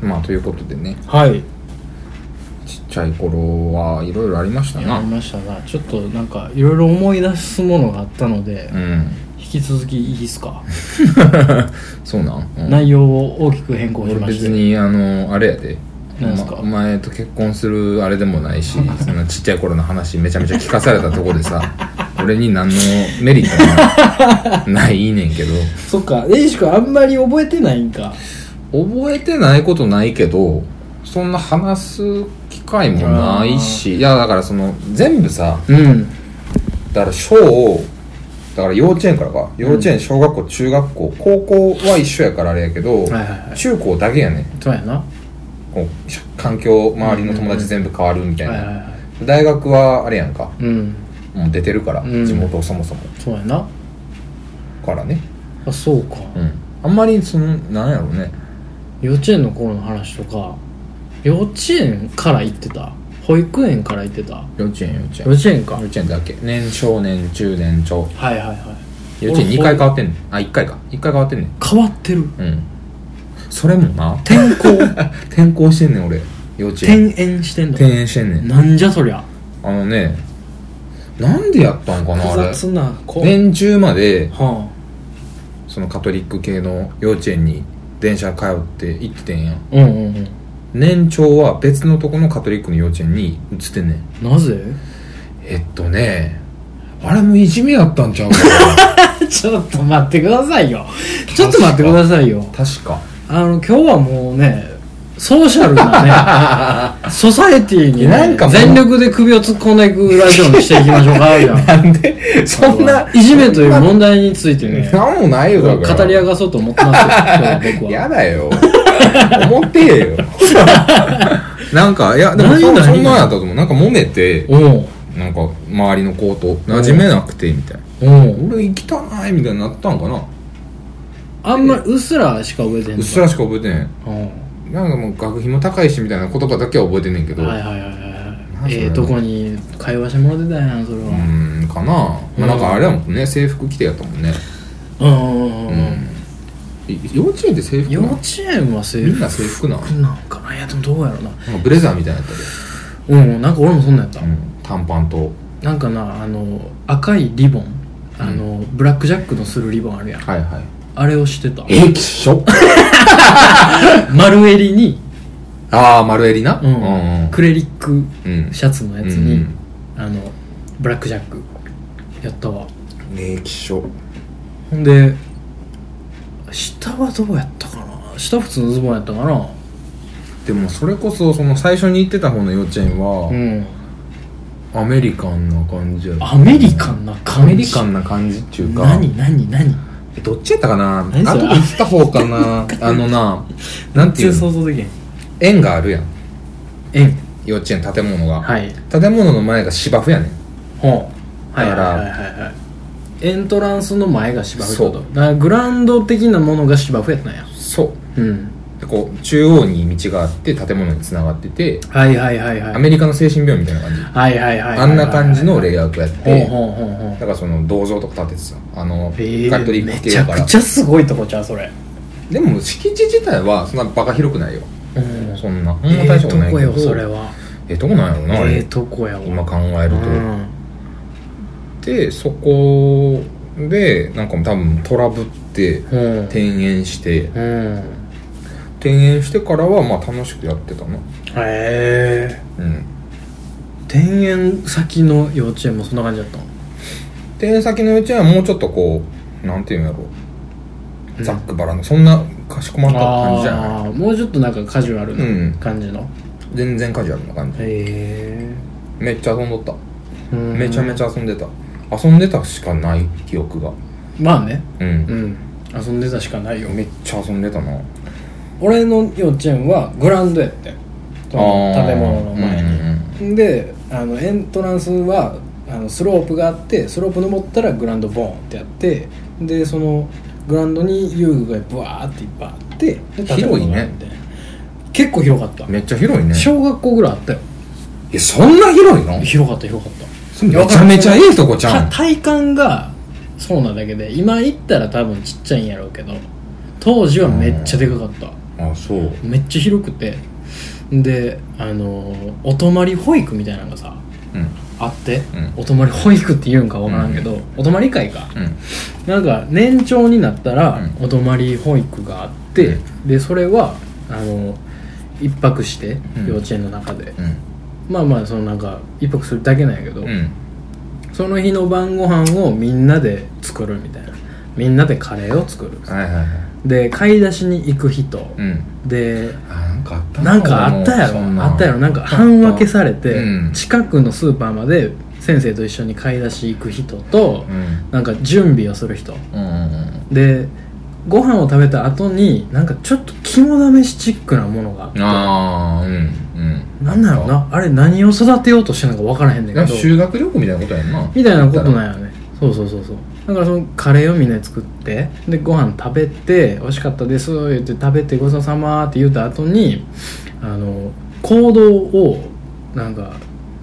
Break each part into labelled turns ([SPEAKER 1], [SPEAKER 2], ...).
[SPEAKER 1] まあということでね
[SPEAKER 2] はい
[SPEAKER 1] ちっちゃい頃はいろいろありました
[SPEAKER 2] や
[SPEAKER 1] な
[SPEAKER 2] りましたがちょっとなんかいろいろ思い出すものがあったので、
[SPEAKER 1] うん
[SPEAKER 2] 引き続きいいですか、
[SPEAKER 1] そうなん、うん
[SPEAKER 2] 内容を大きく変更し
[SPEAKER 1] 俺
[SPEAKER 2] まして
[SPEAKER 1] 別にあのあれやで
[SPEAKER 2] なんすか
[SPEAKER 1] お前お前と結婚するあれでもない しそんなちっちゃい頃の話めちゃめちゃ聞かされたとこでさ 俺に何のメリットも ないねんけど
[SPEAKER 2] そっか根岸君あんまり覚えてないんか
[SPEAKER 1] 覚えてないことないけどそんな話す機会もないしいやだからその全部さ
[SPEAKER 2] うん
[SPEAKER 1] だから小をだから幼稚園からか幼稚園小学校中学校高校は一緒やからあれやけど、
[SPEAKER 2] はいはいはい
[SPEAKER 1] 中高だけやねん
[SPEAKER 2] そうやな
[SPEAKER 1] こうし環境周りの友達全部変わるみたい
[SPEAKER 2] はい
[SPEAKER 1] な、
[SPEAKER 2] はいは
[SPEAKER 1] 大学はあれやんか
[SPEAKER 2] いうん
[SPEAKER 1] もう出てるから、
[SPEAKER 2] うん
[SPEAKER 1] 地元そもそも
[SPEAKER 2] そうやな
[SPEAKER 1] からね
[SPEAKER 2] あそうか、
[SPEAKER 1] うんあんまりそのなんやろうね
[SPEAKER 2] 幼稚園の頃の話とか幼稚園から行ってた保育園から行ってた
[SPEAKER 1] 幼稚園幼稚園
[SPEAKER 2] 幼稚園か
[SPEAKER 1] 幼稚園だけ年少年中年長
[SPEAKER 2] はいはいはい
[SPEAKER 1] 幼稚園2回変
[SPEAKER 2] か
[SPEAKER 1] わってんねんあ1回か1回変わってんねん
[SPEAKER 2] 変わってる
[SPEAKER 1] うんそれも な
[SPEAKER 2] 転校
[SPEAKER 1] 転校してんねん俺幼稚園
[SPEAKER 2] 転園してんの
[SPEAKER 1] 転園してんねん
[SPEAKER 2] なんじゃそりゃ
[SPEAKER 1] あのねなんでやったんかなあ
[SPEAKER 2] 複
[SPEAKER 1] れ
[SPEAKER 2] 雑な子
[SPEAKER 1] 年中まで
[SPEAKER 2] は
[SPEAKER 1] そのカトリック系の幼稚園に電車通って行ってんやん
[SPEAKER 2] あうんうんうん
[SPEAKER 1] 年長は別のとこのカトリックの幼稚園に移ってんねん
[SPEAKER 2] なぜ
[SPEAKER 1] えっとねあれもいじめやったんちゃうか
[SPEAKER 2] ちょっと待ってくださいよちょっと待ってくださいよ
[SPEAKER 1] な確か
[SPEAKER 2] あの今日はもうねソーシャルな ねソサエティに、ね、
[SPEAKER 1] なんかもう
[SPEAKER 2] 全力で首を突っ込んでいくラジオにしていきましょうかじゃあ
[SPEAKER 1] なんで そんない
[SPEAKER 2] じめという問題についてね
[SPEAKER 1] なんもないよだから
[SPEAKER 2] 語り明かそうと思ってますよ今日は僕
[SPEAKER 1] や
[SPEAKER 2] は
[SPEAKER 1] だよ思ってえよなんかいやでも
[SPEAKER 2] 何
[SPEAKER 1] そ
[SPEAKER 2] 何
[SPEAKER 1] そんなんやったと思うなんか揉めて
[SPEAKER 2] おう
[SPEAKER 1] なんか周りの子と馴染めなくてみたいな
[SPEAKER 2] おう
[SPEAKER 1] 俺行きたないみたいになったんかな
[SPEAKER 2] あんまりうっすらしか覚えてないう
[SPEAKER 1] っすらしか覚えてない
[SPEAKER 2] うん
[SPEAKER 1] なんかもう学費も高いしみたいな言葉だけは覚えてんねんけど、
[SPEAKER 2] はいはいはい
[SPEAKER 1] な
[SPEAKER 2] は
[SPEAKER 1] ん
[SPEAKER 2] い
[SPEAKER 1] それ
[SPEAKER 2] ええとこに会話してもらってたんやなそれ
[SPEAKER 1] う
[SPEAKER 2] は
[SPEAKER 1] ーんかな、まあ、なんかあれやもんね制服着てやったもんね
[SPEAKER 2] うんうんうんうん
[SPEAKER 1] うんい幼稚園って制服
[SPEAKER 2] 幼
[SPEAKER 1] なの
[SPEAKER 2] 稚園は制
[SPEAKER 1] みんな
[SPEAKER 2] 服
[SPEAKER 1] 制服なの
[SPEAKER 2] なんかないやでもどうやろ
[SPEAKER 1] な
[SPEAKER 2] な
[SPEAKER 1] んかブレザーみたいなやったで、
[SPEAKER 2] うんなんか俺もそんなんやった
[SPEAKER 1] うん、短パンと
[SPEAKER 2] なんかなあの赤いリボンあの、ブラックジャックのするリボンあるやん
[SPEAKER 1] はいはい
[SPEAKER 2] あれをしてた
[SPEAKER 1] えきっしょ
[SPEAKER 2] 丸襟に、
[SPEAKER 1] ああ丸襟な
[SPEAKER 2] うん
[SPEAKER 1] うん
[SPEAKER 2] クレリック
[SPEAKER 1] うん
[SPEAKER 2] シャツのやつに、
[SPEAKER 1] うん
[SPEAKER 2] あのブラックジャックやったわ
[SPEAKER 1] えきっしょ
[SPEAKER 2] ほんで下はどうやったかな下普通のズボンやったかな
[SPEAKER 1] でもそれこそその最初に行ってた方の幼稚園は、
[SPEAKER 2] うん
[SPEAKER 1] アメリカンな感じやった
[SPEAKER 2] アメリカンな
[SPEAKER 1] ア
[SPEAKER 2] 感じ
[SPEAKER 1] メリカンな感じっていうか
[SPEAKER 2] 何何何
[SPEAKER 1] えどっちやったかな後で
[SPEAKER 2] 何それ
[SPEAKER 1] 行った方か なあのななんてい
[SPEAKER 2] 全然
[SPEAKER 1] う
[SPEAKER 2] 想
[SPEAKER 1] の
[SPEAKER 2] 像できへん
[SPEAKER 1] 園があるやん
[SPEAKER 2] 円
[SPEAKER 1] 幼稚園建物が、
[SPEAKER 2] はい
[SPEAKER 1] 建物の前が芝生やねん
[SPEAKER 2] ほうはい
[SPEAKER 1] だ
[SPEAKER 2] は
[SPEAKER 1] から
[SPEAKER 2] いはいはいはいエントランスの前が芝生ってこと
[SPEAKER 1] そう
[SPEAKER 2] だからグラウンド的なものが芝生やったんや
[SPEAKER 1] そう
[SPEAKER 2] うん
[SPEAKER 1] でこう中央に道があって建物につながってて
[SPEAKER 2] はいはいはいはい
[SPEAKER 1] アメリカの精神病院みたいな感じ
[SPEAKER 2] はいはいはいはいはい
[SPEAKER 1] あんな感じのレイアウトやっ
[SPEAKER 2] ほう
[SPEAKER 1] て
[SPEAKER 2] ほうほうほう
[SPEAKER 1] だからその銅像とか建ててさあの
[SPEAKER 2] へえ
[SPEAKER 1] カトリッ
[SPEAKER 2] め
[SPEAKER 1] ク系
[SPEAKER 2] ちゃ
[SPEAKER 1] だか
[SPEAKER 2] く
[SPEAKER 1] ら
[SPEAKER 2] ちゃすごいとこちゃうそれ
[SPEAKER 1] でも敷地自体はそんなバカ広くないよ
[SPEAKER 2] うん
[SPEAKER 1] そんなほんま
[SPEAKER 2] え
[SPEAKER 1] 大
[SPEAKER 2] え
[SPEAKER 1] したこととない
[SPEAKER 2] こ
[SPEAKER 1] けど
[SPEAKER 2] よそれは
[SPEAKER 1] ええとこなんやろなあ
[SPEAKER 2] ええ
[SPEAKER 1] れ
[SPEAKER 2] とこやわ
[SPEAKER 1] 今考え
[SPEAKER 2] う
[SPEAKER 1] ると、
[SPEAKER 2] ん
[SPEAKER 1] でそこでなんかもう多分トラブって
[SPEAKER 2] うん
[SPEAKER 1] 転園して
[SPEAKER 2] うん
[SPEAKER 1] 転園してからはまあ楽しくやってたな
[SPEAKER 2] へえ
[SPEAKER 1] うん
[SPEAKER 2] 転園先の幼稚園もそんな感じだったの
[SPEAKER 1] 転園先の幼稚園はもうちょっとこうなんていうんやろうざっくばらんそんなかしこまった感じじゃない
[SPEAKER 2] あーもうちょっとなんかカジュアル
[SPEAKER 1] うん
[SPEAKER 2] な感じの、
[SPEAKER 1] 全然カジュアルな感じ
[SPEAKER 2] へ
[SPEAKER 1] めっちゃ遊んどった
[SPEAKER 2] え
[SPEAKER 1] めちゃめ
[SPEAKER 2] ゃ
[SPEAKER 1] ちゃ遊んでた遊んでたしかない記憶が
[SPEAKER 2] まあね
[SPEAKER 1] うん
[SPEAKER 2] うん遊んでたしかないよ
[SPEAKER 1] めっちゃ遊んでたな
[SPEAKER 2] 俺の幼稚園はグラウンドやってその
[SPEAKER 1] あー
[SPEAKER 2] 建物の前に、
[SPEAKER 1] うんうん
[SPEAKER 2] であのエントランスはあのスロープがあってスロープ登ったらグラウンドボーンってやってでそのグラウンドに遊具がブワーっていっぱいあってで建物があって結構広かった、
[SPEAKER 1] うんめっちゃ広いね
[SPEAKER 2] 小学校ぐらいあったよ
[SPEAKER 1] えそんな広いの
[SPEAKER 2] 広かった広かった
[SPEAKER 1] めちゃめちゃいいとこちゃ
[SPEAKER 2] た
[SPEAKER 1] ん
[SPEAKER 2] 体感がそうなだけで今行ったら多分ちっちゃいんやろうけど当時はめっちゃでかかった
[SPEAKER 1] あそう
[SPEAKER 2] めっちゃ広くてであのお泊まり保育みたいなのがさ
[SPEAKER 1] うん
[SPEAKER 2] あって、
[SPEAKER 1] うん
[SPEAKER 2] お泊まり保育って言うんか分からんけど、お泊まり会か
[SPEAKER 1] うん
[SPEAKER 2] なんか年長になったら
[SPEAKER 1] う
[SPEAKER 2] お泊まり保育があって、
[SPEAKER 1] う
[SPEAKER 2] でそれはあの一泊して
[SPEAKER 1] うん
[SPEAKER 2] 幼稚園の中で、
[SPEAKER 1] うん
[SPEAKER 2] まあまあそのなんか一泊するだけなんやけど、
[SPEAKER 1] うん
[SPEAKER 2] その日の晩ご飯をみんなで作るみたいなみんなでカレーを作る、
[SPEAKER 1] はいはいはい
[SPEAKER 2] で買い出しに行く人、
[SPEAKER 1] うん
[SPEAKER 2] で
[SPEAKER 1] あなんかあった
[SPEAKER 2] なんかあったやろ
[SPEAKER 1] 俺もそんな
[SPEAKER 2] あったやろなんか半分けされて、
[SPEAKER 1] うん
[SPEAKER 2] 近くのスーパーまで先生と一緒に買い出し行く人と、
[SPEAKER 1] うん
[SPEAKER 2] なんか準備をする人
[SPEAKER 1] うんうん
[SPEAKER 2] でご飯を食べた後になんかちょっと肝試しチックなものがあっ
[SPEAKER 1] う
[SPEAKER 2] て
[SPEAKER 1] んああうんうん
[SPEAKER 2] なんだろうなあれ何を育てようとしてるのか分からへんねんけ
[SPEAKER 1] なん
[SPEAKER 2] ど
[SPEAKER 1] か修学旅行みたいなことやんな
[SPEAKER 2] みたいなことなんよねそうそうそうそうだからそのカレーをみんなで作ってでご飯食べて「美味しかったです」言って食べて「ごちそうさま」って言った後にあの行動をなんか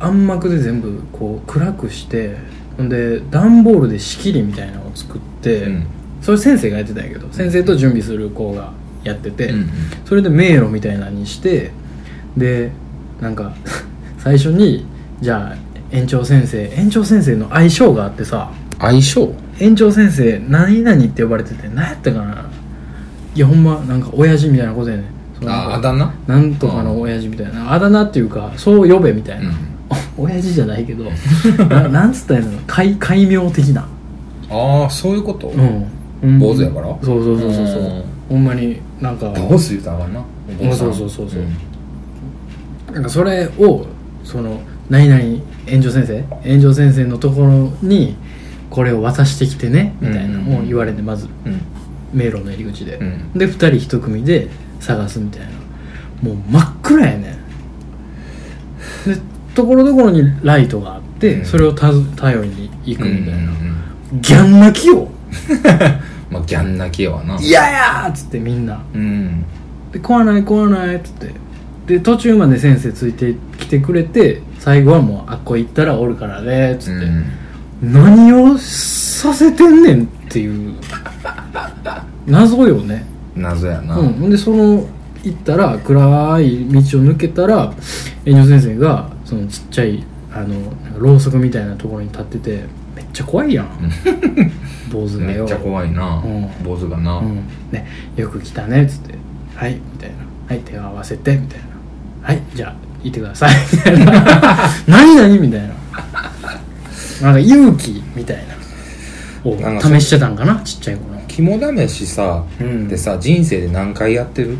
[SPEAKER 2] 暗幕で全部こう暗くしてほんで段ボールで仕切りみたいなのを作って、
[SPEAKER 1] うん
[SPEAKER 2] それ先生がやってたんやけど先生と準備する子がやってて、
[SPEAKER 1] うん
[SPEAKER 2] それで迷路みたいなのにしてでなんか 最初にじゃあ園長先生園長先生の相性があってさ
[SPEAKER 1] 相性
[SPEAKER 2] 園長先生何々って呼ばれてて何やったかないやほんまなんか親父みたいなことやねんそのなん
[SPEAKER 1] あ
[SPEAKER 2] か
[SPEAKER 1] あだ名
[SPEAKER 2] なんとかの親父みたいなあだ名っていうかそう呼べみたいな、親父じゃないけどななんつったらいいの 改改名的な
[SPEAKER 1] ああそういうこと
[SPEAKER 2] うんほんま
[SPEAKER 1] 坊主やから
[SPEAKER 2] そうそうそうそうそう
[SPEAKER 1] うん
[SPEAKER 2] ほんまになんか
[SPEAKER 1] 坊主言うたらあかんな
[SPEAKER 2] うんそうそうそうそうなんかそれをその何々園長先生園長先生のところにこれを渡してきてねみたいな
[SPEAKER 1] うんうんうん
[SPEAKER 2] のを言われてまず
[SPEAKER 1] うん
[SPEAKER 2] 迷路の入り口で、
[SPEAKER 1] うん
[SPEAKER 2] で2人1組で探すみたいなもう真っ暗やねんでところどころにライトがあって、
[SPEAKER 1] うん
[SPEAKER 2] それをたず頼りに
[SPEAKER 1] う
[SPEAKER 2] 行く
[SPEAKER 1] ん
[SPEAKER 2] みたいな、
[SPEAKER 1] うん
[SPEAKER 2] ギャン泣きよ
[SPEAKER 1] まあギャン泣きやわな
[SPEAKER 2] 嫌ややーっつってみんな
[SPEAKER 1] うん
[SPEAKER 2] で壊ない壊ないっつってで途中まで先生ついてきてくれて最後はもうあっこ行ったらおるからねっつ
[SPEAKER 1] う
[SPEAKER 2] って、
[SPEAKER 1] ん
[SPEAKER 2] 何をさせてんねんっていう謎よね
[SPEAKER 1] 謎やな
[SPEAKER 2] うんほんでその行ったら暗い道を抜けたら園長先生がそのちっちゃいあのなんかろうそくみたいなところに立っててめっちゃ怖いやん坊主が
[SPEAKER 1] め
[SPEAKER 2] よ
[SPEAKER 1] っちゃ怖いな
[SPEAKER 2] うん
[SPEAKER 1] 坊主がな
[SPEAKER 2] うんね、よく来たねっつって「はい」みたいな「はい手を合わせて」みたいな「はいじゃあ行ってください」 みたいな「何何?」みたいななんか勇気みたい
[SPEAKER 1] なん
[SPEAKER 2] なを
[SPEAKER 1] かそう
[SPEAKER 2] 試してたんかなちっちゃい頃
[SPEAKER 1] 肝試しさ
[SPEAKER 2] うん
[SPEAKER 1] でさ人生で何回やってる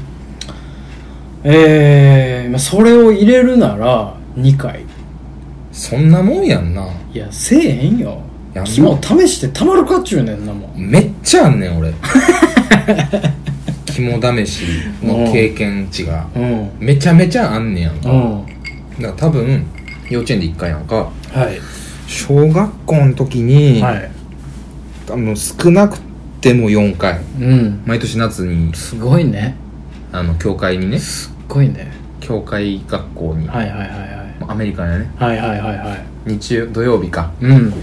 [SPEAKER 2] えー、それを入れるなら2回
[SPEAKER 1] そんなもんやんない
[SPEAKER 2] やせえへんよ
[SPEAKER 1] やんな
[SPEAKER 2] 肝試してたまるかっちゅうねんなもん
[SPEAKER 1] めっちゃあんねん 俺肝試しの経験値が
[SPEAKER 2] うん
[SPEAKER 1] めちゃめちゃあんねやん
[SPEAKER 2] う
[SPEAKER 1] か
[SPEAKER 2] ん
[SPEAKER 1] だから多分幼稚園で1回やんか
[SPEAKER 2] はい
[SPEAKER 1] 小学校の時に、
[SPEAKER 2] はい
[SPEAKER 1] 多分少なくても4回
[SPEAKER 2] うん
[SPEAKER 1] 毎年夏に
[SPEAKER 2] すごいね
[SPEAKER 1] あの教会にね
[SPEAKER 2] すっごいね
[SPEAKER 1] 教会学校に、
[SPEAKER 2] はいはいはいはい
[SPEAKER 1] アメリカンやね
[SPEAKER 2] はいはいはいはい
[SPEAKER 1] 日曜土曜日か
[SPEAKER 2] うん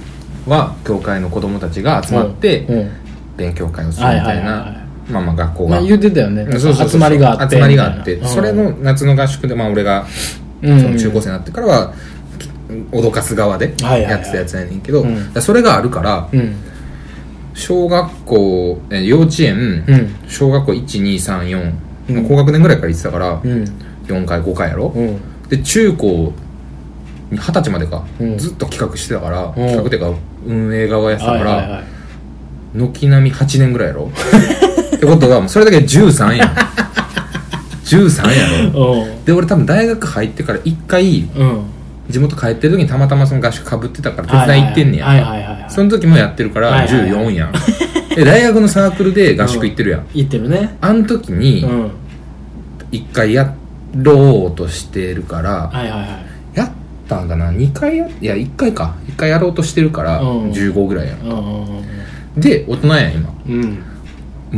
[SPEAKER 1] は教会の子供たちが集まって
[SPEAKER 2] うん
[SPEAKER 1] 勉強会をするみたい
[SPEAKER 2] はいはいはい
[SPEAKER 1] なまあまあ学校
[SPEAKER 2] ま
[SPEAKER 1] が
[SPEAKER 2] あ、言ってたよね
[SPEAKER 1] そうそうそう
[SPEAKER 2] 集まりがあって
[SPEAKER 1] 集まりがあって、
[SPEAKER 2] みたいな
[SPEAKER 1] それの夏の合宿でまあ俺が
[SPEAKER 2] そ
[SPEAKER 1] その中高生になってからは脅かす側で
[SPEAKER 2] はいはいはい
[SPEAKER 1] やってたやつやねんけど、
[SPEAKER 2] うん
[SPEAKER 1] だからそれがあるから
[SPEAKER 2] うん
[SPEAKER 1] 小学校え幼稚園、
[SPEAKER 2] うん
[SPEAKER 1] 小学校1234、
[SPEAKER 2] うん
[SPEAKER 1] 高学年ぐらいから行ってたから、
[SPEAKER 2] うん
[SPEAKER 1] 4回5回やろ、
[SPEAKER 2] うん
[SPEAKER 1] で中高に二十歳までか、
[SPEAKER 2] うん
[SPEAKER 1] ずっと企画してたから、企画っていうか運営側やってたから、
[SPEAKER 2] はいはいはい
[SPEAKER 1] 軒並み8年ぐらいやろ ってことはもうそれだけで13やん13やろで俺多分大学入ってから1回
[SPEAKER 2] うんうん
[SPEAKER 1] 地元帰ってる時にたまたまその合宿かぶってたから手伝い行ってんねや、
[SPEAKER 2] はいはいはいはい
[SPEAKER 1] その時もやってるか
[SPEAKER 2] は
[SPEAKER 1] ら
[SPEAKER 2] いはいは
[SPEAKER 1] 14やん、 で大学のサークルで合宿行ってるやん、
[SPEAKER 2] 言ってるね
[SPEAKER 1] あの時に
[SPEAKER 2] うん
[SPEAKER 1] 1回やろうとしてるから、
[SPEAKER 2] はいはいはい
[SPEAKER 1] やったんかな2回やいや1回か1回やろうとしてるから
[SPEAKER 2] うん
[SPEAKER 1] 15ぐらいやん、
[SPEAKER 2] うんうん
[SPEAKER 1] で大人やん今
[SPEAKER 2] うんうん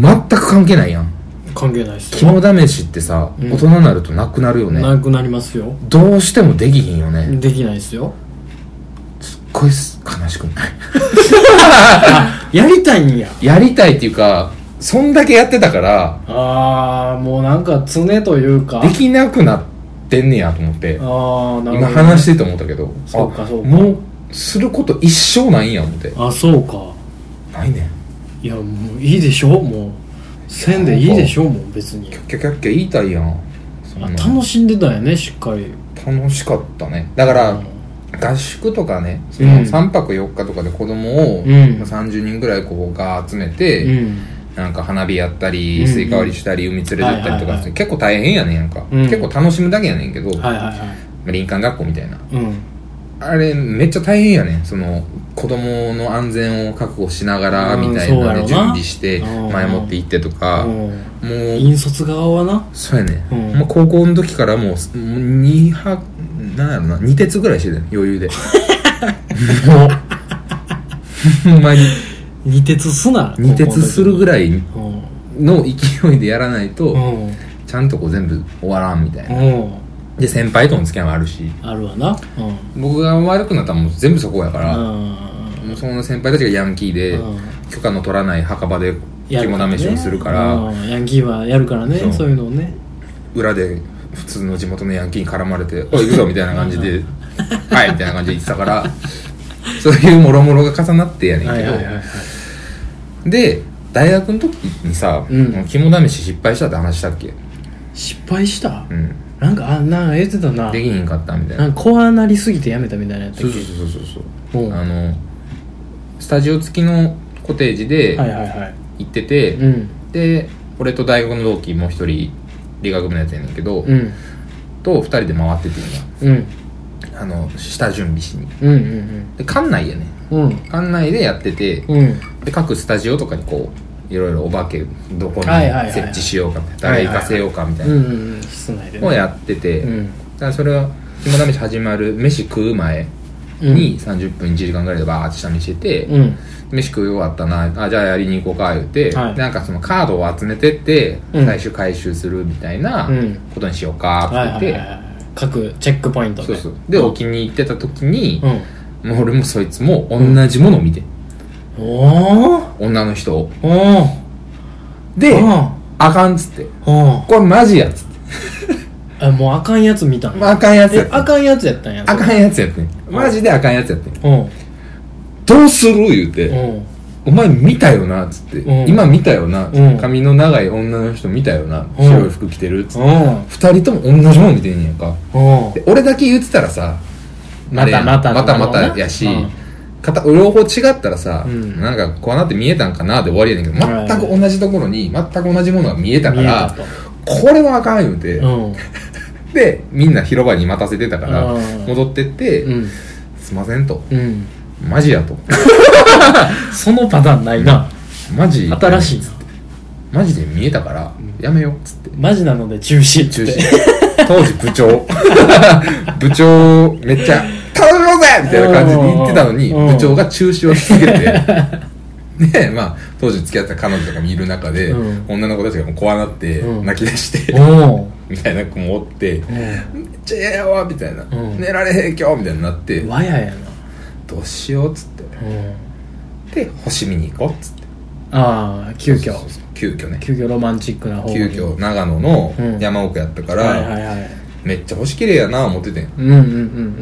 [SPEAKER 1] 全く関係ないやん
[SPEAKER 2] 関係ないっすよ
[SPEAKER 1] 肝試しってさ、
[SPEAKER 2] うん
[SPEAKER 1] 大人になるとなくなるよね
[SPEAKER 2] なくなりますよ
[SPEAKER 1] どうしてもできひんよね、
[SPEAKER 2] できないっすよ
[SPEAKER 1] すっごいす悲しくない
[SPEAKER 2] やりたいんや
[SPEAKER 1] やりたいっていうかそんだけやってたから
[SPEAKER 2] ああもうなんか常というか
[SPEAKER 1] できなくなってんねやと思って
[SPEAKER 2] ああなるほど
[SPEAKER 1] 今話してて思ったけど
[SPEAKER 2] そうか
[SPEAKER 1] あ
[SPEAKER 2] そうか
[SPEAKER 1] もうすること一生ないんや思って
[SPEAKER 2] あそうか
[SPEAKER 1] ないねん
[SPEAKER 2] いやもういいでしょもうせんでいいでしょもう別に
[SPEAKER 1] キャッキャキャッキャ言いたいやんそん
[SPEAKER 2] あ
[SPEAKER 1] な
[SPEAKER 2] 楽しんでたんやねしっかり
[SPEAKER 1] 楽しかったねだか
[SPEAKER 2] う
[SPEAKER 1] ら
[SPEAKER 2] ん
[SPEAKER 1] 合宿とかねそ
[SPEAKER 2] うん
[SPEAKER 1] の3泊4日とかで子供を
[SPEAKER 2] うん
[SPEAKER 1] 30人ぐらいこうが集めて、
[SPEAKER 2] うん
[SPEAKER 1] なんか花火やった
[SPEAKER 2] うんう
[SPEAKER 1] り
[SPEAKER 2] ん
[SPEAKER 1] スイカ割りしたり海連れてったりと
[SPEAKER 2] はい
[SPEAKER 1] か
[SPEAKER 2] はいはい
[SPEAKER 1] 結構大変やねんやんか、
[SPEAKER 2] うん
[SPEAKER 1] 結構楽しむだけやねんけど、
[SPEAKER 2] はいはいはい
[SPEAKER 1] 林間学校みたいな
[SPEAKER 2] うん
[SPEAKER 1] あれめっちゃ大変やねんその子供の安全を確保しながら
[SPEAKER 2] うん
[SPEAKER 1] みたい
[SPEAKER 2] そうや
[SPEAKER 1] な
[SPEAKER 2] ろ
[SPEAKER 1] ね
[SPEAKER 2] な
[SPEAKER 1] 準備して
[SPEAKER 2] うん
[SPEAKER 1] 前もって行ってとかも
[SPEAKER 2] うん
[SPEAKER 1] う
[SPEAKER 2] 引率側はな
[SPEAKER 1] そうやね、
[SPEAKER 2] うん
[SPEAKER 1] まあ、高校の時からもう2泊なんやろな2鉄ぐらいしてたよ余裕 でもうほんまに
[SPEAKER 2] 二鉄すな
[SPEAKER 1] 2鉄するぐらい
[SPEAKER 2] うん
[SPEAKER 1] の勢いでやらないと、
[SPEAKER 2] うん
[SPEAKER 1] ちゃんとこう全部終わらんみたいな、
[SPEAKER 2] うん
[SPEAKER 1] で先輩との付き合いもあるし
[SPEAKER 2] あるわなうん
[SPEAKER 1] 僕が悪くなったらもう全部そこやから、
[SPEAKER 2] うん
[SPEAKER 1] もうその先輩たちがヤンキーで、
[SPEAKER 2] うん
[SPEAKER 1] 許可の取らない墓場で
[SPEAKER 2] やるから
[SPEAKER 1] 肝
[SPEAKER 2] ね
[SPEAKER 1] 試しをするから、
[SPEAKER 2] うんヤンキーはやるからね
[SPEAKER 1] そう
[SPEAKER 2] そういうのをね
[SPEAKER 1] 裏で普通の地元のヤンキーに絡まれて「おい行くぞ」みたいな感じで「はい」みたいな感じで言ってたからそういうもろもろが重なってやねんけど、
[SPEAKER 2] はいはいはいはい
[SPEAKER 1] で大学の時にさ、
[SPEAKER 2] うん
[SPEAKER 1] 肝試し失敗したって話したっけ
[SPEAKER 2] 失敗した
[SPEAKER 1] うん
[SPEAKER 2] なんかあなんか言ってたな
[SPEAKER 1] できひんかったみたいな
[SPEAKER 2] なんか怖なりすぎてやめたみたいなやつ
[SPEAKER 1] そうそうそうそうそう
[SPEAKER 2] おう
[SPEAKER 1] あのスタジオ付きのコテージで
[SPEAKER 2] はいはいはい
[SPEAKER 1] 行ってて、
[SPEAKER 2] うん
[SPEAKER 1] で俺と大学の同期もう一人理学部のやつやねんけど、
[SPEAKER 2] うん
[SPEAKER 1] と二人で回ってて今
[SPEAKER 2] うん
[SPEAKER 1] あの下準備しに
[SPEAKER 2] うんうん
[SPEAKER 1] で館内やね
[SPEAKER 2] うんうん
[SPEAKER 1] 館内でやってて
[SPEAKER 2] うん
[SPEAKER 1] で各スタジオとかにこういろいろお化けどこに
[SPEAKER 2] はいはいはい
[SPEAKER 1] 設置しようかみたいな
[SPEAKER 2] はい
[SPEAKER 1] 誰
[SPEAKER 2] はいはい
[SPEAKER 1] 行かせようかみたい
[SPEAKER 2] うん
[SPEAKER 1] な
[SPEAKER 2] うんうん室内で
[SPEAKER 1] のを
[SPEAKER 2] ね
[SPEAKER 1] やってて、
[SPEAKER 2] うん
[SPEAKER 1] だからそれは肝試し始まる飯食う前に30分1時間ぐらいでバーッと下見してて、
[SPEAKER 2] うん
[SPEAKER 1] 飯食い終わったなあじゃあやりに行こうか言うて、
[SPEAKER 2] はい
[SPEAKER 1] なんかそのカードを集めてって、
[SPEAKER 2] うん
[SPEAKER 1] 最終回収するみたいな
[SPEAKER 2] うん
[SPEAKER 1] ことにしようかって
[SPEAKER 2] はい
[SPEAKER 1] 言っ
[SPEAKER 2] は
[SPEAKER 1] て、
[SPEAKER 2] いはいはい各チェックポイントで
[SPEAKER 1] そうそうでお気に入ってた時に、
[SPEAKER 2] うん
[SPEAKER 1] もう俺もそいつも同じものを見て、
[SPEAKER 2] おー
[SPEAKER 1] 女の人を
[SPEAKER 2] おー
[SPEAKER 1] で、
[SPEAKER 2] うん
[SPEAKER 1] あかんっつって
[SPEAKER 2] おー
[SPEAKER 1] これマジやっつって、
[SPEAKER 2] あもうあかんやつ見たの
[SPEAKER 1] まあ、あかんやつや
[SPEAKER 2] え
[SPEAKER 1] って
[SPEAKER 2] あかんやつやったんや
[SPEAKER 1] あかんやつやってんマジであかんやつやってん
[SPEAKER 2] うん
[SPEAKER 1] どうする言うて、
[SPEAKER 2] うん
[SPEAKER 1] お前見たよなっつって、
[SPEAKER 2] うん
[SPEAKER 1] 今見たよな、
[SPEAKER 2] うん
[SPEAKER 1] 髪の長い女の人見たよな、白い服着てるっつって、
[SPEAKER 2] うん
[SPEAKER 1] 二人とも同じもん見てんねやんか
[SPEAKER 2] うん
[SPEAKER 1] で俺だけ言ってたらさ
[SPEAKER 2] またまた
[SPEAKER 1] またま
[SPEAKER 2] なるほ
[SPEAKER 1] た
[SPEAKER 2] どな
[SPEAKER 1] やし、
[SPEAKER 2] うん
[SPEAKER 1] 片両方違ったらさ、
[SPEAKER 2] うん
[SPEAKER 1] なんかこうなって見えたんかなで終わりやねんけど、
[SPEAKER 2] はい
[SPEAKER 1] 全く同じところに全く同じものが見えたか
[SPEAKER 2] 見えた
[SPEAKER 1] ら
[SPEAKER 2] と
[SPEAKER 1] これはあかん言うて、
[SPEAKER 2] うん
[SPEAKER 1] でみんな広場に待たせてたから
[SPEAKER 2] うん
[SPEAKER 1] 戻ってって「
[SPEAKER 2] うん
[SPEAKER 1] すいません」と
[SPEAKER 2] うん
[SPEAKER 1] 「マジや」と
[SPEAKER 2] そのパターンないな
[SPEAKER 1] 「マジ
[SPEAKER 2] 新しいな
[SPEAKER 1] マジで見えたからやめよう」っつって
[SPEAKER 2] マジなので中止
[SPEAKER 1] 中止当時部 長部長めっちゃ「頼むぜ!」みたいな感じで言ってたのに
[SPEAKER 2] うん
[SPEAKER 1] 部長が中止を続けて でまあ当時付き合ってた彼女とかもいる中で、
[SPEAKER 2] うん
[SPEAKER 1] 女の子たちがもう怖なって
[SPEAKER 2] うん
[SPEAKER 1] 泣き出 して、
[SPEAKER 2] お
[SPEAKER 1] みたいな子もおって「めっちゃ嫌やわ」みたいな、
[SPEAKER 2] ん
[SPEAKER 1] 寝られへん今日」みたいになって
[SPEAKER 2] おわややな
[SPEAKER 1] 「どうしよう」っつって
[SPEAKER 2] うん
[SPEAKER 1] で星見に行こうっつって
[SPEAKER 2] ああ急
[SPEAKER 1] そ
[SPEAKER 2] 遽
[SPEAKER 1] うそう急遽ね
[SPEAKER 2] 急遽ロマンチックな方に
[SPEAKER 1] 急遽長野の山奥やったから、
[SPEAKER 2] はいはいはい
[SPEAKER 1] めっちゃ星綺麗やな思っててん
[SPEAKER 2] うんうんうんう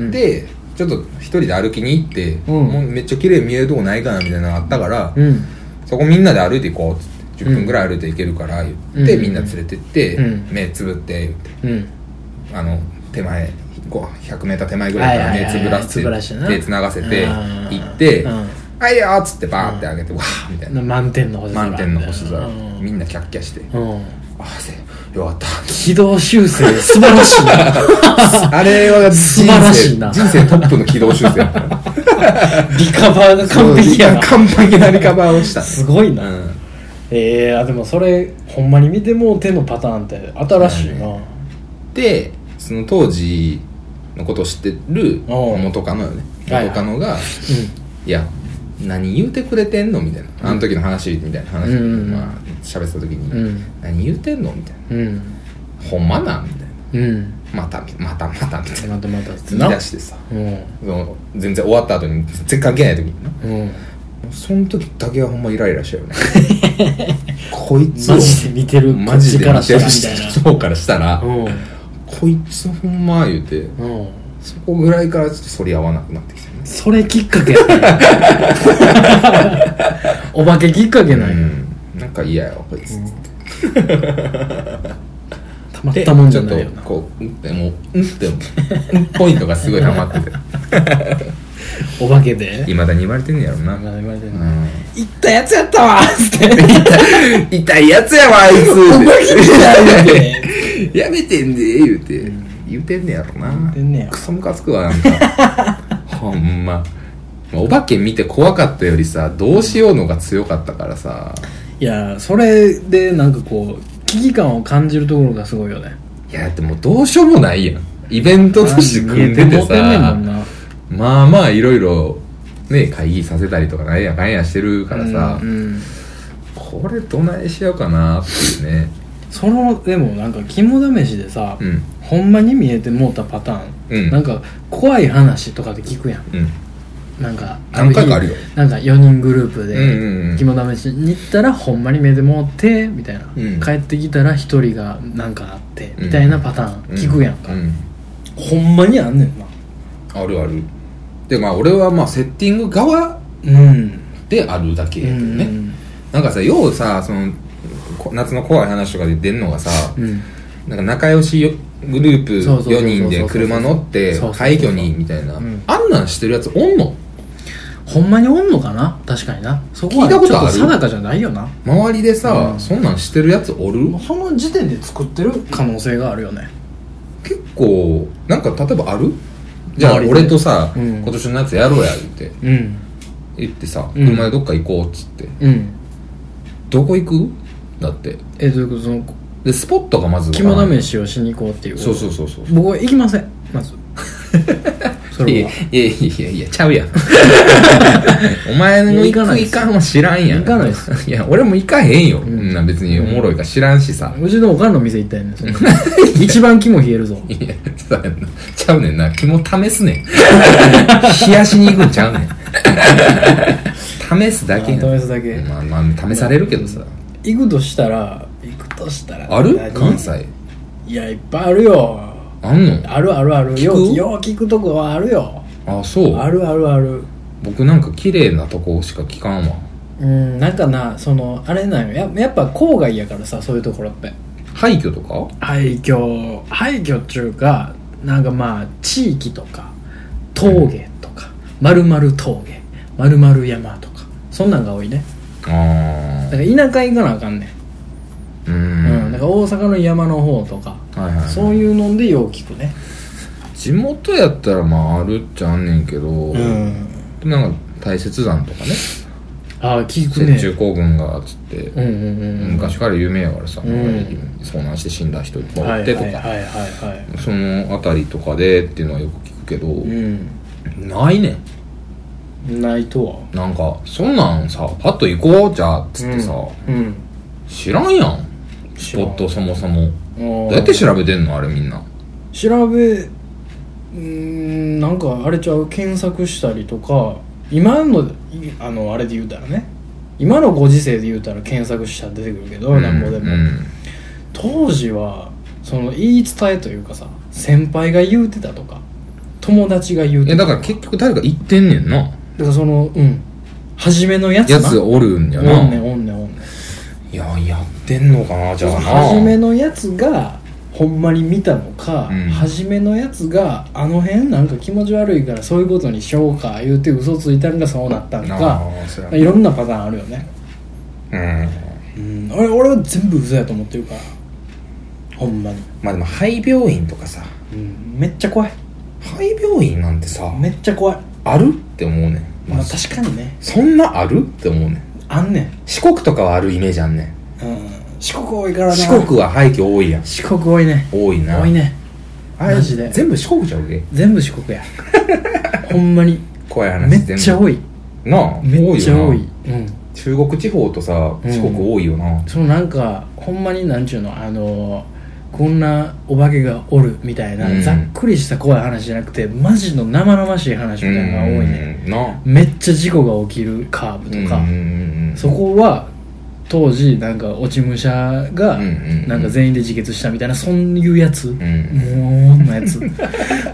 [SPEAKER 2] ん
[SPEAKER 1] でちょっと一人で歩きに行って、
[SPEAKER 2] うん
[SPEAKER 1] もうめっちゃ綺麗に見えるとこないかなみたいなのがあったから、
[SPEAKER 2] うん
[SPEAKER 1] そこみんなで歩いていこうっつって10分ぐらい歩いていけるから言って、
[SPEAKER 2] うん
[SPEAKER 1] みんな連れてって、
[SPEAKER 2] うん
[SPEAKER 1] 目つぶって言って
[SPEAKER 2] うん
[SPEAKER 1] あの手前こう 100m 手前ぐらいから
[SPEAKER 2] はいはいはい
[SPEAKER 1] 目つぶらせ
[SPEAKER 2] つ
[SPEAKER 1] て
[SPEAKER 2] ぶらしてな
[SPEAKER 1] 手つながせて
[SPEAKER 2] うん
[SPEAKER 1] 行って
[SPEAKER 2] うん
[SPEAKER 1] 「はいよ」っつってバーンって上げて、わーみたいな
[SPEAKER 2] 満点の星空
[SPEAKER 1] 満点の星空、
[SPEAKER 2] うん
[SPEAKER 1] みんなキャッキャして「
[SPEAKER 2] うん
[SPEAKER 1] ああせよ かった」
[SPEAKER 2] 軌道修正素晴らしいな
[SPEAKER 1] あれは人生
[SPEAKER 2] 素晴らしいな
[SPEAKER 1] 人生トップの軌道修正やった
[SPEAKER 2] リカバーが 完璧やな
[SPEAKER 1] 完璧なリカバーをした
[SPEAKER 2] すごいな、
[SPEAKER 1] うん
[SPEAKER 2] ええー、あでもそれほんまに見てもう手のパターンって新しいな、
[SPEAKER 1] でその当時のことを知ってる
[SPEAKER 2] おう
[SPEAKER 1] 元カノよね
[SPEAKER 2] はいはい
[SPEAKER 1] 元カノが「いや何言うてくれてんの?」みたいなあの時の話みたいな話
[SPEAKER 2] うんうんうん
[SPEAKER 1] まあ喋ってた時
[SPEAKER 2] う
[SPEAKER 1] に
[SPEAKER 2] ん
[SPEAKER 1] 「何言うてんの?」みたいな
[SPEAKER 2] うんうん
[SPEAKER 1] 「ほんまなん?」みたいな
[SPEAKER 2] うん
[SPEAKER 1] 「またまたまた」みたいな
[SPEAKER 2] またまたっ
[SPEAKER 1] 言い出してさ
[SPEAKER 2] うん
[SPEAKER 1] その全然終わった後に全然関係ない時にな
[SPEAKER 2] うん
[SPEAKER 1] その時だけはほんまイライラしたよね こいつを
[SPEAKER 2] マジで見てる
[SPEAKER 1] マジで
[SPEAKER 2] こっ
[SPEAKER 1] 見
[SPEAKER 2] ちか
[SPEAKER 1] て
[SPEAKER 2] ら
[SPEAKER 1] る
[SPEAKER 2] したらみたいな
[SPEAKER 1] 人からしたら
[SPEAKER 2] うん
[SPEAKER 1] こいつほんま言うて
[SPEAKER 2] うん
[SPEAKER 1] そこぐらいからちょっと反り合わなくなってきたね
[SPEAKER 2] それきっかけやね お化けきっかけなんや、
[SPEAKER 1] うんなんか嫌やわこいつ
[SPEAKER 2] たまったもんじゃない
[SPEAKER 1] でちょ
[SPEAKER 2] よ
[SPEAKER 1] っと
[SPEAKER 2] な
[SPEAKER 1] こう「うん」ってもう「うん」って もううんポイントがすごい溜まってて
[SPEAKER 2] お化けで
[SPEAKER 1] いまだに言われてんねやろな、
[SPEAKER 2] なんか言われて
[SPEAKER 1] う、
[SPEAKER 2] るなん行ったやつやったわつって
[SPEAKER 1] 痛い痛いやつやわあいつ
[SPEAKER 2] やで
[SPEAKER 1] やめてんで言うて、
[SPEAKER 2] ん
[SPEAKER 1] 言うてんねやろな
[SPEAKER 2] 言うてんねや
[SPEAKER 1] クソムカつくわなんか ほんまお化け見て怖かったよりさどうしようのが強かったからさ
[SPEAKER 2] いやそれでなんかこう危機感を感じるところがすごいよね
[SPEAKER 1] いやでもどうしようもないやんイベントとして組んでて
[SPEAKER 2] 見えもうねん
[SPEAKER 1] さ
[SPEAKER 2] もんな
[SPEAKER 1] まあまあいろいろね会議させたりとかなんやかんやしてるからさ、
[SPEAKER 2] うんうん
[SPEAKER 1] これどないしようかなっていうね
[SPEAKER 2] そのでもなんか肝試しでさ、
[SPEAKER 1] うん
[SPEAKER 2] ほんまに見えてもうたパターン、
[SPEAKER 1] うん
[SPEAKER 2] なんか怖い話とかで聞くやん
[SPEAKER 1] うん
[SPEAKER 2] なんか
[SPEAKER 1] 何回かあるよ
[SPEAKER 2] なんか4人グループ
[SPEAKER 1] うんうんうん
[SPEAKER 2] で肝試しに行ったらほんまに目でもうてみたいな、
[SPEAKER 1] うん
[SPEAKER 2] 帰ってきたら1人がなんかあって
[SPEAKER 1] うん
[SPEAKER 2] みたいなパターン聞くやんか、
[SPEAKER 1] ううん
[SPEAKER 2] ほんまにあんねんな
[SPEAKER 1] あるあるでまあ俺はまあセッティング側
[SPEAKER 2] うん
[SPEAKER 1] であるだけやけどね、
[SPEAKER 2] うん
[SPEAKER 1] なんかさようさそのこ夏の怖い話とかで出んのがさ、
[SPEAKER 2] うん
[SPEAKER 1] なんか仲良しよグループ
[SPEAKER 2] そうそうそうそう
[SPEAKER 1] 4人で車乗って
[SPEAKER 2] そうそうそう
[SPEAKER 1] 廃墟にみたいな、
[SPEAKER 2] うん
[SPEAKER 1] あんなんしてるやつおんの
[SPEAKER 2] ほんまにおんのかな確かになそ
[SPEAKER 1] 聞
[SPEAKER 2] こはいち
[SPEAKER 1] た
[SPEAKER 2] ょっ
[SPEAKER 1] こととある
[SPEAKER 2] 定かじゃないよな
[SPEAKER 1] 周りでさ、
[SPEAKER 2] うん
[SPEAKER 1] そんなんしてるやつおる
[SPEAKER 2] その時点で作ってる可能性があるよね
[SPEAKER 1] 結構なんか例えばあるじゃあ
[SPEAKER 2] 周りで
[SPEAKER 1] 俺とさ、
[SPEAKER 2] うん
[SPEAKER 1] 今年の夏やろうや言って
[SPEAKER 2] うん
[SPEAKER 1] 言ってさ
[SPEAKER 2] うん
[SPEAKER 1] 車でどっか行こうっつって、
[SPEAKER 2] うん
[SPEAKER 1] どこ行くだって
[SPEAKER 2] えどういうことその
[SPEAKER 1] でスポットがまず
[SPEAKER 2] 肝試しをしに行こうっていう
[SPEAKER 1] そうそうそうそう
[SPEAKER 2] 僕は行きません まずそ
[SPEAKER 1] い
[SPEAKER 2] れ
[SPEAKER 1] や
[SPEAKER 2] はい
[SPEAKER 1] やいやいやちゃ うやんお前の行
[SPEAKER 2] いや行かな
[SPEAKER 1] く
[SPEAKER 2] いっ
[SPEAKER 1] 行
[SPEAKER 2] す
[SPEAKER 1] かんは知らんやん
[SPEAKER 2] 行かないっす
[SPEAKER 1] いや俺も行かへんよ、
[SPEAKER 2] ん
[SPEAKER 1] うん、な別におもろいか知らんしさ、
[SPEAKER 2] うちのおかんの店行ったよねんそ れ一番肝冷えるぞ
[SPEAKER 1] いやそうやんなちゃうねんな気も試すねん 冷やしに行くんちゃうねん試すだけやん
[SPEAKER 2] あ試すだけ
[SPEAKER 1] まあまあ試されるけどさ
[SPEAKER 2] 行くとしたら行くとしたら
[SPEAKER 1] ある
[SPEAKER 2] 何
[SPEAKER 1] 関西
[SPEAKER 2] いやいっぱいあるよ
[SPEAKER 1] あんの
[SPEAKER 2] あるあるある
[SPEAKER 1] 聞
[SPEAKER 2] よ
[SPEAKER 1] く
[SPEAKER 2] うよう聞くとこはあるよ
[SPEAKER 1] あそう
[SPEAKER 2] あるあるある
[SPEAKER 1] 僕なんか綺麗なとこしか聞かんわ
[SPEAKER 2] うんなんかなそのあれなんよややっぱ郊外やからさそういうところって
[SPEAKER 1] 廃墟とか
[SPEAKER 2] 廃墟廃墟っちゅうかなんかまあ地域とか峠とか丸々峠丸々山とかそんなんが多いね
[SPEAKER 1] あ
[SPEAKER 2] だから田舎行かなあかんね
[SPEAKER 1] あうん
[SPEAKER 2] ん、うんだから大阪の山の方とか
[SPEAKER 1] はいはい
[SPEAKER 2] そういうのでよう聞くね
[SPEAKER 1] 地元やったらまああるっちゃあんねんけど、なんか大雪山とかね
[SPEAKER 2] ああ聞く
[SPEAKER 1] 雪
[SPEAKER 2] ね
[SPEAKER 1] 中行軍がつって、
[SPEAKER 2] うんうんうんうん
[SPEAKER 1] 昔から有名やからさ、
[SPEAKER 2] うん
[SPEAKER 1] 遭難して死んだ人いっぱ
[SPEAKER 2] はい
[SPEAKER 1] おっ
[SPEAKER 2] いは
[SPEAKER 1] て
[SPEAKER 2] い
[SPEAKER 1] とか、
[SPEAKER 2] はいはいは
[SPEAKER 1] その辺りとかでっていうのはよく聞くけど、
[SPEAKER 2] いうん
[SPEAKER 1] ないねん
[SPEAKER 2] ないとは
[SPEAKER 1] なんかそんなんさパッと行こうじゃあっつってさ、
[SPEAKER 2] うん
[SPEAKER 1] 知らんやんスポットそもそも
[SPEAKER 2] ど
[SPEAKER 1] どうやって調べてんのあれみんな
[SPEAKER 2] 調べうーんなんかあれちゃう検索したりとか今のいあのあれで言うたらね今のご時世で言うたら検索したら出てくるけど、なんぼでも、
[SPEAKER 1] うん
[SPEAKER 2] 当時はその言い伝えというかさ先輩が言うてたとか友達が言う
[SPEAKER 1] い
[SPEAKER 2] て
[SPEAKER 1] や
[SPEAKER 2] た
[SPEAKER 1] だから結局誰か行ってんねんな
[SPEAKER 2] だからそのうん初めのやつな
[SPEAKER 1] やつおるんやな
[SPEAKER 2] おんねんおんねんおんねん
[SPEAKER 1] いややってんのかなじゃあな
[SPEAKER 2] 初めのやつがほんまに見たのか、
[SPEAKER 1] うん
[SPEAKER 2] 初めのやつがあの辺なんか気持ち悪いからそういうことにしようか言うて嘘ついたんがそうなったん
[SPEAKER 1] あ
[SPEAKER 2] か
[SPEAKER 1] ーそ
[SPEAKER 2] いろんなパターンあるよね、
[SPEAKER 1] うん
[SPEAKER 2] うん、俺俺は全部嘘やと思ってるからほんまに、
[SPEAKER 1] まあでも廃病院とかさ
[SPEAKER 2] うん、めっちゃ怖い
[SPEAKER 1] 廃病院なんてさ
[SPEAKER 2] めっちゃ怖い、
[SPEAKER 1] あるって思うねん、
[SPEAKER 2] ま
[SPEAKER 1] ま
[SPEAKER 2] あ、
[SPEAKER 1] ず
[SPEAKER 2] 確かにね
[SPEAKER 1] そんなあるって思うねん
[SPEAKER 2] あんねん、うん、
[SPEAKER 1] 四国とかはあるイメージあんね
[SPEAKER 2] 四国多いから
[SPEAKER 1] ん
[SPEAKER 2] な
[SPEAKER 1] 四国は廃墟多いやん
[SPEAKER 2] 四国多いね
[SPEAKER 1] 多いな
[SPEAKER 2] 多いね
[SPEAKER 1] あれ
[SPEAKER 2] マジで
[SPEAKER 1] 全部四国じゃうけ
[SPEAKER 2] 全部四国 やほんまに
[SPEAKER 1] 怖い話
[SPEAKER 2] め
[SPEAKER 1] 全
[SPEAKER 2] っ
[SPEAKER 1] 部
[SPEAKER 2] ちゃ多い
[SPEAKER 1] なあ
[SPEAKER 2] めっちゃ
[SPEAKER 1] よな
[SPEAKER 2] 多いうん
[SPEAKER 1] 中国地方とさ
[SPEAKER 2] うん
[SPEAKER 1] 四国多いよな、
[SPEAKER 2] そのなんかほんまになんちゅうのあのこんなお化けがおるみたいな、
[SPEAKER 1] うん
[SPEAKER 2] ざっくりした怖い話じゃなくてマジの生々しい話みたいなのが多いね、
[SPEAKER 1] うんな
[SPEAKER 2] めっちゃ事故が起きるカーブとか、
[SPEAKER 1] うんうんうん
[SPEAKER 2] そこは当時なんか落ち武者が
[SPEAKER 1] うんうんうん
[SPEAKER 2] なんか全員で自決したみたいなそういうやつ、
[SPEAKER 1] ん
[SPEAKER 2] もうのやつ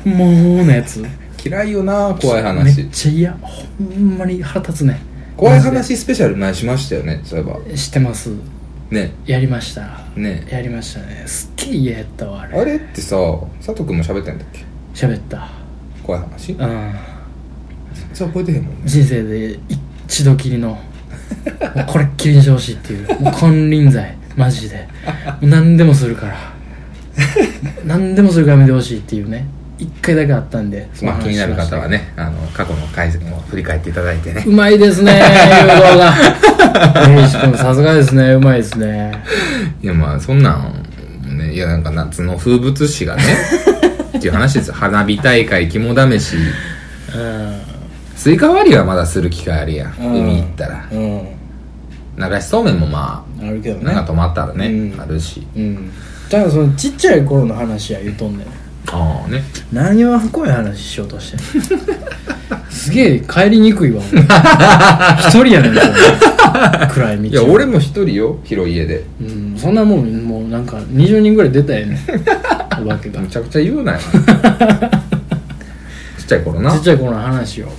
[SPEAKER 2] もうのやつ
[SPEAKER 1] 嫌いよな怖い
[SPEAKER 2] め
[SPEAKER 1] 話
[SPEAKER 2] っちゃ嫌ほんまに腹立つね
[SPEAKER 1] 怖い
[SPEAKER 2] マジ
[SPEAKER 1] 話スペシャル前しましたよねそういえば
[SPEAKER 2] で知ってます
[SPEAKER 1] ね
[SPEAKER 2] やりました
[SPEAKER 1] ね
[SPEAKER 2] やりましたねすっげえ嫌やったわあれ
[SPEAKER 1] あれってさ佐藤君も喋ったんだっけ
[SPEAKER 2] 喋った
[SPEAKER 1] 怖い話全
[SPEAKER 2] うん
[SPEAKER 1] 然覚えてへんもんね
[SPEAKER 2] 人生で一度きりのもうこれっきりにしてほしいっていうもう金輪際マジでもう何でもす るから何でもするからやめてほしいっていうね一回だけあったんでその
[SPEAKER 1] まあ
[SPEAKER 2] 話
[SPEAKER 1] 気になる
[SPEAKER 2] しした
[SPEAKER 1] 方はねあの過去の回も振り返っていただいてね
[SPEAKER 2] うまいですね誘導が根岸君さすがですねうまいですね
[SPEAKER 1] いやまあそんなん、ね、いやなんか夏の風物詩 がねっていう話ですよ花火大会肝試し
[SPEAKER 2] うん
[SPEAKER 1] スイカ割りはまだする機会あるやん
[SPEAKER 2] うん
[SPEAKER 1] 海行ったら
[SPEAKER 2] うん
[SPEAKER 1] 流しそうめんもま
[SPEAKER 2] あるけど
[SPEAKER 1] あなんか止まったらね、
[SPEAKER 2] うん
[SPEAKER 1] あるし
[SPEAKER 2] うんだからそのちっちゃい頃の話や言うとんねん
[SPEAKER 1] ああね
[SPEAKER 2] 何を怖い話しようとしてんのすげえ帰りにくいわ俺一人やねんこれ暗い道
[SPEAKER 1] いや俺も一人よ広い家で
[SPEAKER 2] うんそんなもんもうなんか20人ぐらい出たやねんお化けが
[SPEAKER 1] む
[SPEAKER 2] ち
[SPEAKER 1] ちゃくちゃ言うな よちっちゃい頃な
[SPEAKER 2] っちゃい頃の話を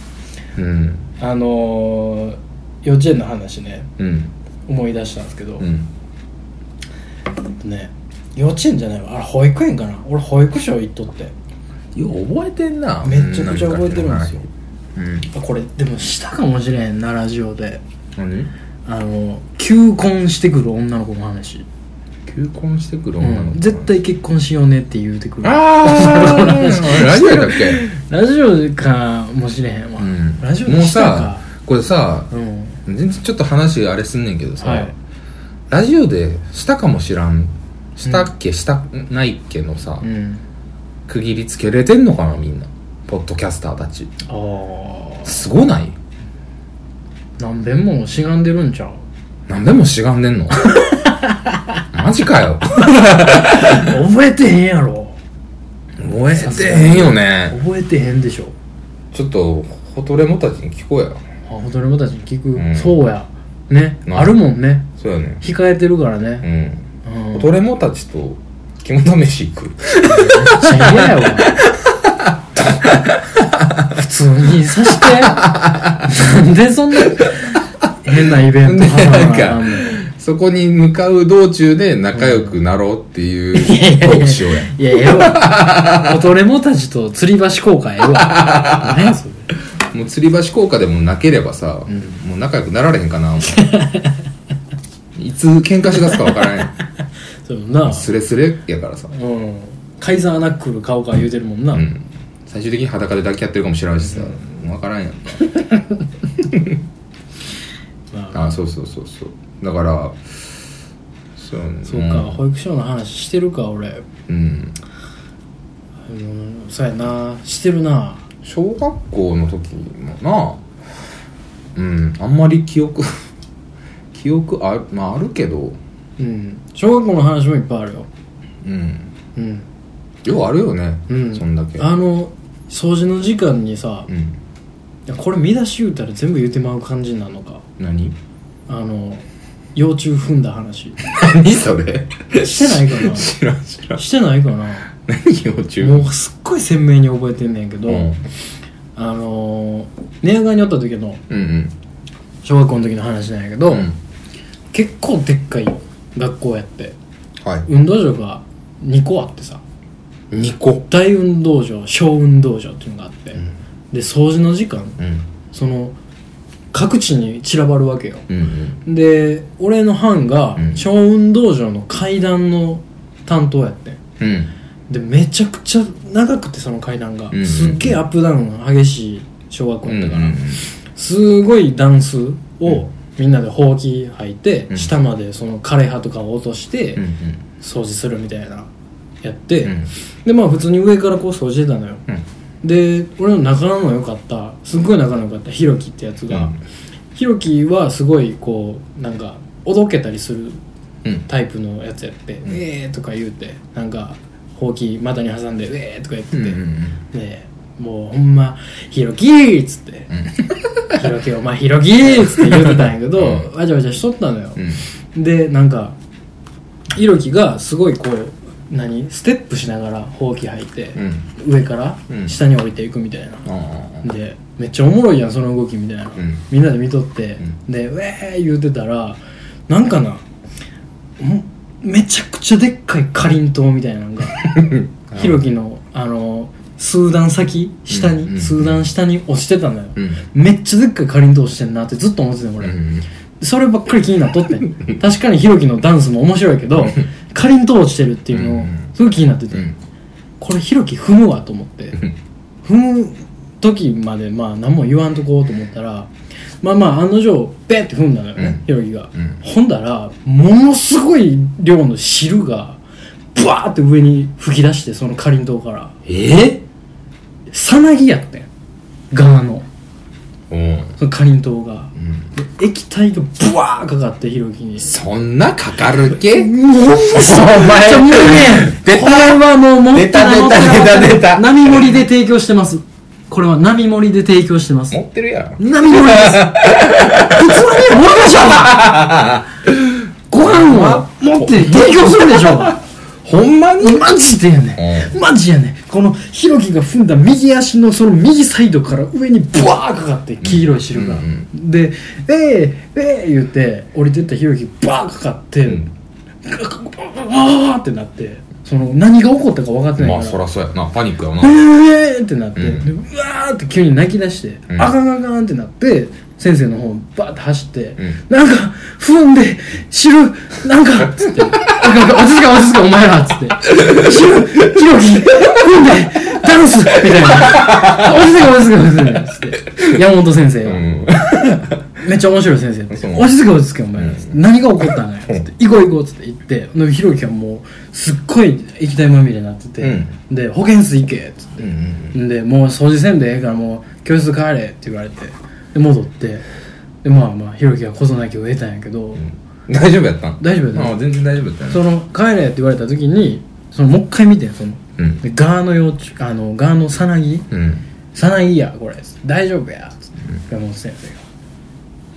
[SPEAKER 1] うん
[SPEAKER 2] あのー幼稚園の話ね
[SPEAKER 1] うん
[SPEAKER 2] 思い出したんですけど、
[SPEAKER 1] うん
[SPEAKER 2] ね幼稚園じゃないわあれ保育園かな俺保育所行っとって
[SPEAKER 1] よう覚えてんな
[SPEAKER 2] めちゃくちゃ覚えてるんですよ
[SPEAKER 1] うん
[SPEAKER 2] あこれでもしたかもしれへんなラジオで
[SPEAKER 1] 何
[SPEAKER 2] あの求婚してくる女の子の話
[SPEAKER 1] 求婚してくる女の子、
[SPEAKER 2] うん絶対結婚しようねって言うてくる
[SPEAKER 1] ああ
[SPEAKER 2] 女の子の話
[SPEAKER 1] ラジオだっけ
[SPEAKER 2] ラジオかもしれへんわ、
[SPEAKER 1] うん
[SPEAKER 2] ラジオ
[SPEAKER 1] もう
[SPEAKER 2] でした
[SPEAKER 1] さ
[SPEAKER 2] か
[SPEAKER 1] これさ
[SPEAKER 2] うん
[SPEAKER 1] 全然ちょっと話あれすんねんけどさ、
[SPEAKER 2] はい
[SPEAKER 1] ラジオでしたかもしらんしたっけ、したないっけのさ、
[SPEAKER 2] うん
[SPEAKER 1] 区切りつけれてんのかなみんなポッドキャスターたち
[SPEAKER 2] ああ
[SPEAKER 1] すごない
[SPEAKER 2] 何遍もしがんでるんちゃう
[SPEAKER 1] 何でもしがんでんのマジかよ
[SPEAKER 2] 覚えてへんやろ
[SPEAKER 1] 燃えてへんよね
[SPEAKER 2] 覚えてへんでしょ
[SPEAKER 1] ちょっとホトレモたちに聞こうや
[SPEAKER 2] あほとんどたちに聞く、
[SPEAKER 1] うん
[SPEAKER 2] そうやね
[SPEAKER 1] な
[SPEAKER 2] あるもんね
[SPEAKER 1] そうやね
[SPEAKER 2] 控えてるからね、
[SPEAKER 1] うん、
[SPEAKER 2] う
[SPEAKER 1] ホ
[SPEAKER 2] ん
[SPEAKER 1] トレモたちと肝試し行く
[SPEAKER 2] めっちゃ嫌やわ普通にさしてなんでそんな変なイベント
[SPEAKER 1] でなん
[SPEAKER 2] 花があんの
[SPEAKER 1] かそこに向かう道中で仲良くなろうっていうトークしようや
[SPEAKER 2] いやええわおとれもたちと吊り橋効果ええわ何やそれ
[SPEAKER 1] もう吊り橋効果でもなければさ、もう仲良くなられへんかな思ういつ喧嘩しだすか分からへん
[SPEAKER 2] そうやな
[SPEAKER 1] スレスレやからさ、
[SPEAKER 2] うんカイザーナックル買おうか言うてるもんな、
[SPEAKER 1] うん、最終的に裸で抱き合ってるかもしれないしさ、分からん やん
[SPEAKER 2] まあ
[SPEAKER 1] あそうそうそうそうだからそう
[SPEAKER 2] そうか、保育所の話してるか俺
[SPEAKER 1] うん、うん
[SPEAKER 2] うんそうやなしてるな
[SPEAKER 1] 小学校の時もなうんあんまり記憶 記憶ある,、まあ、あるけど
[SPEAKER 2] うん小学校の話もいっぱいあるよ
[SPEAKER 1] うん
[SPEAKER 2] うん
[SPEAKER 1] ようあるよね、
[SPEAKER 2] うん
[SPEAKER 1] そんだけ
[SPEAKER 2] あの掃除の時間にさ、
[SPEAKER 1] う
[SPEAKER 2] い
[SPEAKER 1] ん
[SPEAKER 2] やこれ見出し言うたら全部言うてまう感じなのか
[SPEAKER 1] 何
[SPEAKER 2] あの幼虫踏ん だ話
[SPEAKER 1] 何それ
[SPEAKER 2] してないかな
[SPEAKER 1] 知らん知ら ん
[SPEAKER 2] してないかな
[SPEAKER 1] 何幼虫
[SPEAKER 2] もうすっごい鮮明に覚えてんねんけど、
[SPEAKER 1] うん
[SPEAKER 2] あのー寝屋川におった時の
[SPEAKER 1] うん
[SPEAKER 2] 小学校の時の話なんやけど、
[SPEAKER 1] うん
[SPEAKER 2] 結構でっかい学校やって
[SPEAKER 1] はい
[SPEAKER 2] 運動場が2個あってさ
[SPEAKER 1] 2個
[SPEAKER 2] 大運動場小運動場っていうのがあって、
[SPEAKER 1] ん
[SPEAKER 2] で掃除の時間
[SPEAKER 1] うん
[SPEAKER 2] その各地に散らばるわけよ
[SPEAKER 1] うん
[SPEAKER 2] で俺の班が
[SPEAKER 1] うん
[SPEAKER 2] 小運動場の階段の担当やってん
[SPEAKER 1] うんうん
[SPEAKER 2] でめちゃくちゃ長くてその階段
[SPEAKER 1] う
[SPEAKER 2] が、
[SPEAKER 1] んうんうん
[SPEAKER 2] すっげえアップダウンが激しい小学校
[SPEAKER 1] う
[SPEAKER 2] やっ
[SPEAKER 1] ん
[SPEAKER 2] たから、すごい段数をみんなでほうき履いて、
[SPEAKER 1] うん
[SPEAKER 2] 下までその枯れ葉とかを落として
[SPEAKER 1] うん
[SPEAKER 2] 掃除するみたいなやって、
[SPEAKER 1] うん
[SPEAKER 2] でまあ普通に上からこう掃除してたのよ
[SPEAKER 1] うん
[SPEAKER 2] で俺の仲の良かったすっごい仲の良かったひろきってやつが、
[SPEAKER 1] うん
[SPEAKER 2] ひろきはすごいこうなんかおどけたりする
[SPEAKER 1] うん
[SPEAKER 2] タイプのやつやって「
[SPEAKER 1] うん
[SPEAKER 2] ウえー」とか言うてなんかほうき股に挟んで「ウえー」とか言って
[SPEAKER 1] う
[SPEAKER 2] て、
[SPEAKER 1] んうん
[SPEAKER 2] ねえもうほんま「ひろきー」っつって
[SPEAKER 1] うん
[SPEAKER 2] 「ひろきお前ひろきー」っつって言ってたんやけど、
[SPEAKER 1] うん
[SPEAKER 2] わちゃわちゃしとったのよ、
[SPEAKER 1] うん
[SPEAKER 2] でなんかひろきがすごいこう何ステップしながらほうき履いて、
[SPEAKER 1] うん
[SPEAKER 2] 上から
[SPEAKER 1] うん
[SPEAKER 2] 下に降りていくみたいな、
[SPEAKER 1] ああ
[SPEAKER 2] でめっちゃおもろいやんその動きみたいな、
[SPEAKER 1] ん
[SPEAKER 2] みんなで見とって、
[SPEAKER 1] う
[SPEAKER 2] で「ウェー!」言うてたらなんかなもめちゃくちゃでっかいかりんとうみたいなの がひろきのあの数段先下に、
[SPEAKER 1] うんうん
[SPEAKER 2] 数段下に落ちてたのよ、
[SPEAKER 1] うん
[SPEAKER 2] めっちゃでっかいかりんとう落ちてんなってずっと思ってて
[SPEAKER 1] う
[SPEAKER 2] 俺、
[SPEAKER 1] ん
[SPEAKER 2] そればっかり気になっとってん 確かにひろきのダンスも面白いけどかりんとう落ちてるっていうの
[SPEAKER 1] う
[SPEAKER 2] を
[SPEAKER 1] ん
[SPEAKER 2] すごい気になってて、
[SPEAKER 1] うん
[SPEAKER 2] これひろき踏むわと思って踏む時までまあ何も言わんとこうと思ったらまあまあ案の定ベって踏んだのよね、
[SPEAKER 1] うん
[SPEAKER 2] ひろきが、
[SPEAKER 1] うん
[SPEAKER 2] ほんだらものすごい量の汁がブワーって上に吹き出してそのかりんとうから
[SPEAKER 1] え
[SPEAKER 2] さなぎやってん側の
[SPEAKER 1] うん
[SPEAKER 2] そのかりんとうが
[SPEAKER 1] うん
[SPEAKER 2] で液体がブワーかかってひろきに
[SPEAKER 1] そんなかかるけ
[SPEAKER 2] もうお前もうね
[SPEAKER 1] 出た
[SPEAKER 2] これはもう持ってない
[SPEAKER 1] 出た
[SPEAKER 2] 持ってない
[SPEAKER 1] 出た出た出た
[SPEAKER 2] 並盛りで提供してますこれは並盛りで提供してます
[SPEAKER 1] 持ってるやろ
[SPEAKER 2] 並盛りです 器に盛るでしょ ご飯を持って提供する でしょ
[SPEAKER 1] ほんまに
[SPEAKER 2] マジでやねんマジやねんこのひろきが踏んだ右足のその右サイドから上にブワーかかって黄色い汁が、
[SPEAKER 1] うんうん
[SPEAKER 2] で「えー、えー」言って降りてったひろきバーかかって、
[SPEAKER 1] うん
[SPEAKER 2] あーってなってその何が起こったか分かってない
[SPEAKER 1] ま
[SPEAKER 2] から、
[SPEAKER 1] あそらそうやなパニックやな
[SPEAKER 2] えーってなって、
[SPEAKER 1] うん
[SPEAKER 2] でうわーって急に泣き出して、
[SPEAKER 1] うん
[SPEAKER 2] あかんあかんってなって先生の方バーって走って、
[SPEAKER 1] ん
[SPEAKER 2] なんか踏んで知るなんかっつって「あかんあかん落ち着か落ち着かお前ら」っつって「知るひろき踏んでダンス」みたいな「落ち着か落ち着か落ち着か」っつって山本先生
[SPEAKER 1] う
[SPEAKER 2] が、
[SPEAKER 1] ん
[SPEAKER 2] めっちゃ面白い先生やって
[SPEAKER 1] そう
[SPEAKER 2] 落ち着け落ち着けお前ら、何が起こったんやつって行こう行こうっつって行ってでひろきはもうすっごい液体まみれになってて、
[SPEAKER 1] う
[SPEAKER 2] で保健室行けっつっ
[SPEAKER 1] うんうん
[SPEAKER 2] てでもう掃除せんでええからもう教室帰れって言われてで戻ってでまあまあひろきは事なきを得たんやけど、
[SPEAKER 1] 大丈夫やったん
[SPEAKER 2] 大丈夫やった
[SPEAKER 1] ああ全然大丈夫やったんや
[SPEAKER 2] その帰れって言われた時にそのもう一回見てんその、
[SPEAKER 1] うん
[SPEAKER 2] でガーの幼虫あのガーのさなぎ
[SPEAKER 1] うん
[SPEAKER 2] さないやこれ大丈夫や」つって山本先生が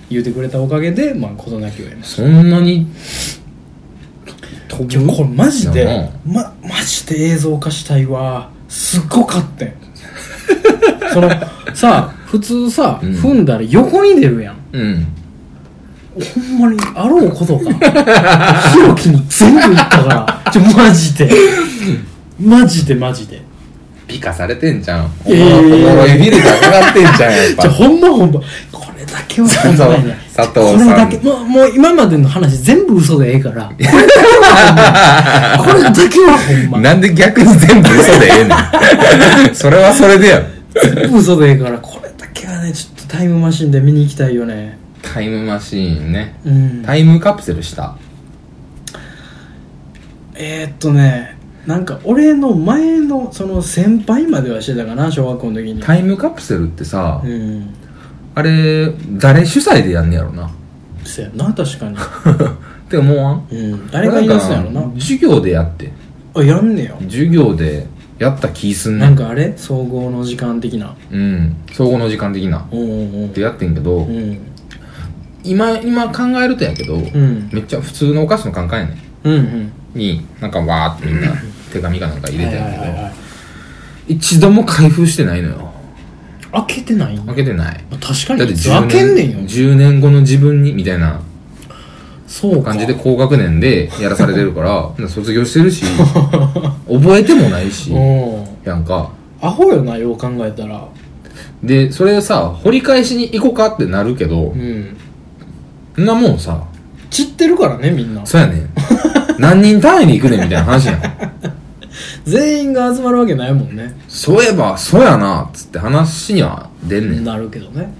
[SPEAKER 2] 言うてくれたおかげでまあ事なきを得まし
[SPEAKER 1] そんなに
[SPEAKER 2] たこれマジで
[SPEAKER 1] なあ
[SPEAKER 2] まマジで映像化したいわすっごかって んそのさ普通さ、
[SPEAKER 1] うん
[SPEAKER 2] 踏んだら横に出るやん
[SPEAKER 1] うん
[SPEAKER 2] ほんまにあろうことか ひろきに全部いったからちょマジでマジでマジで
[SPEAKER 1] 美化されてんじゃん
[SPEAKER 2] いやいやいやいや
[SPEAKER 1] お前ビルが上がってんじゃんやっ
[SPEAKER 2] じゃあ
[SPEAKER 1] ぱ
[SPEAKER 2] ほんまほんまこれだけはほんまやね
[SPEAKER 1] 佐藤佐
[SPEAKER 2] こ
[SPEAKER 1] 藤
[SPEAKER 2] れ
[SPEAKER 1] さ
[SPEAKER 2] だ
[SPEAKER 1] ん
[SPEAKER 2] けもうもう今までの話全部嘘でえ えからこれだけはほんまこれだけはほんま
[SPEAKER 1] なんで逆に全部嘘でええね んそれはそれでやろ
[SPEAKER 2] 全部嘘でええからこれだけはねちょっとタイムマシンで見に行きたいよね
[SPEAKER 1] タイムマシーンね
[SPEAKER 2] うん
[SPEAKER 1] タイムカプセルした
[SPEAKER 2] えー、っとねなんか俺の前のその先輩まではしてたかな小学校の時に
[SPEAKER 1] タイムカプセルってさ
[SPEAKER 2] うん
[SPEAKER 1] あれ誰主催でやんねやろな
[SPEAKER 2] そやな確かに
[SPEAKER 1] って思わん
[SPEAKER 2] うん誰が言い出すんやろ
[SPEAKER 1] これ
[SPEAKER 2] なん
[SPEAKER 1] か授業でやって
[SPEAKER 2] あやんねよ
[SPEAKER 1] 授業でやった気すんね
[SPEAKER 2] なんかあれ総合の時間的な
[SPEAKER 1] うん総合の時間的な
[SPEAKER 2] うんうん
[SPEAKER 1] ってやってんけど、
[SPEAKER 2] うんうん
[SPEAKER 1] 今今考えるとやけど、
[SPEAKER 2] ん
[SPEAKER 1] めっちゃ普通のお菓子のカンカンやね
[SPEAKER 2] うんうん
[SPEAKER 1] んになんかわーってみんな手紙かなんか入れてんやけど、
[SPEAKER 2] はいはいはい
[SPEAKER 1] 一度も開封してないのよ
[SPEAKER 2] 開けてないん
[SPEAKER 1] 開けてない
[SPEAKER 2] 確
[SPEAKER 1] だ
[SPEAKER 2] か
[SPEAKER 1] っ
[SPEAKER 2] に
[SPEAKER 1] て
[SPEAKER 2] いつ
[SPEAKER 1] 10
[SPEAKER 2] 開けんねん
[SPEAKER 1] 年
[SPEAKER 2] よ
[SPEAKER 1] 10年後の自分にみたいな
[SPEAKER 2] そうか
[SPEAKER 1] 感じで高学年でやらされて るから卒業してるし覚えてもないし
[SPEAKER 2] うん
[SPEAKER 1] やんか
[SPEAKER 2] アホよなよう考えたら
[SPEAKER 1] でそれさ掘り返しに行こうかってなるけど
[SPEAKER 2] うん
[SPEAKER 1] そんなもんさ
[SPEAKER 2] 散ってるからねみんな
[SPEAKER 1] そうやねん 何人単位で行くねんみたいな話やん
[SPEAKER 2] 全員が集まるわけないもんね
[SPEAKER 1] そういえばそうやなっつって話には出んねん
[SPEAKER 2] なるけどね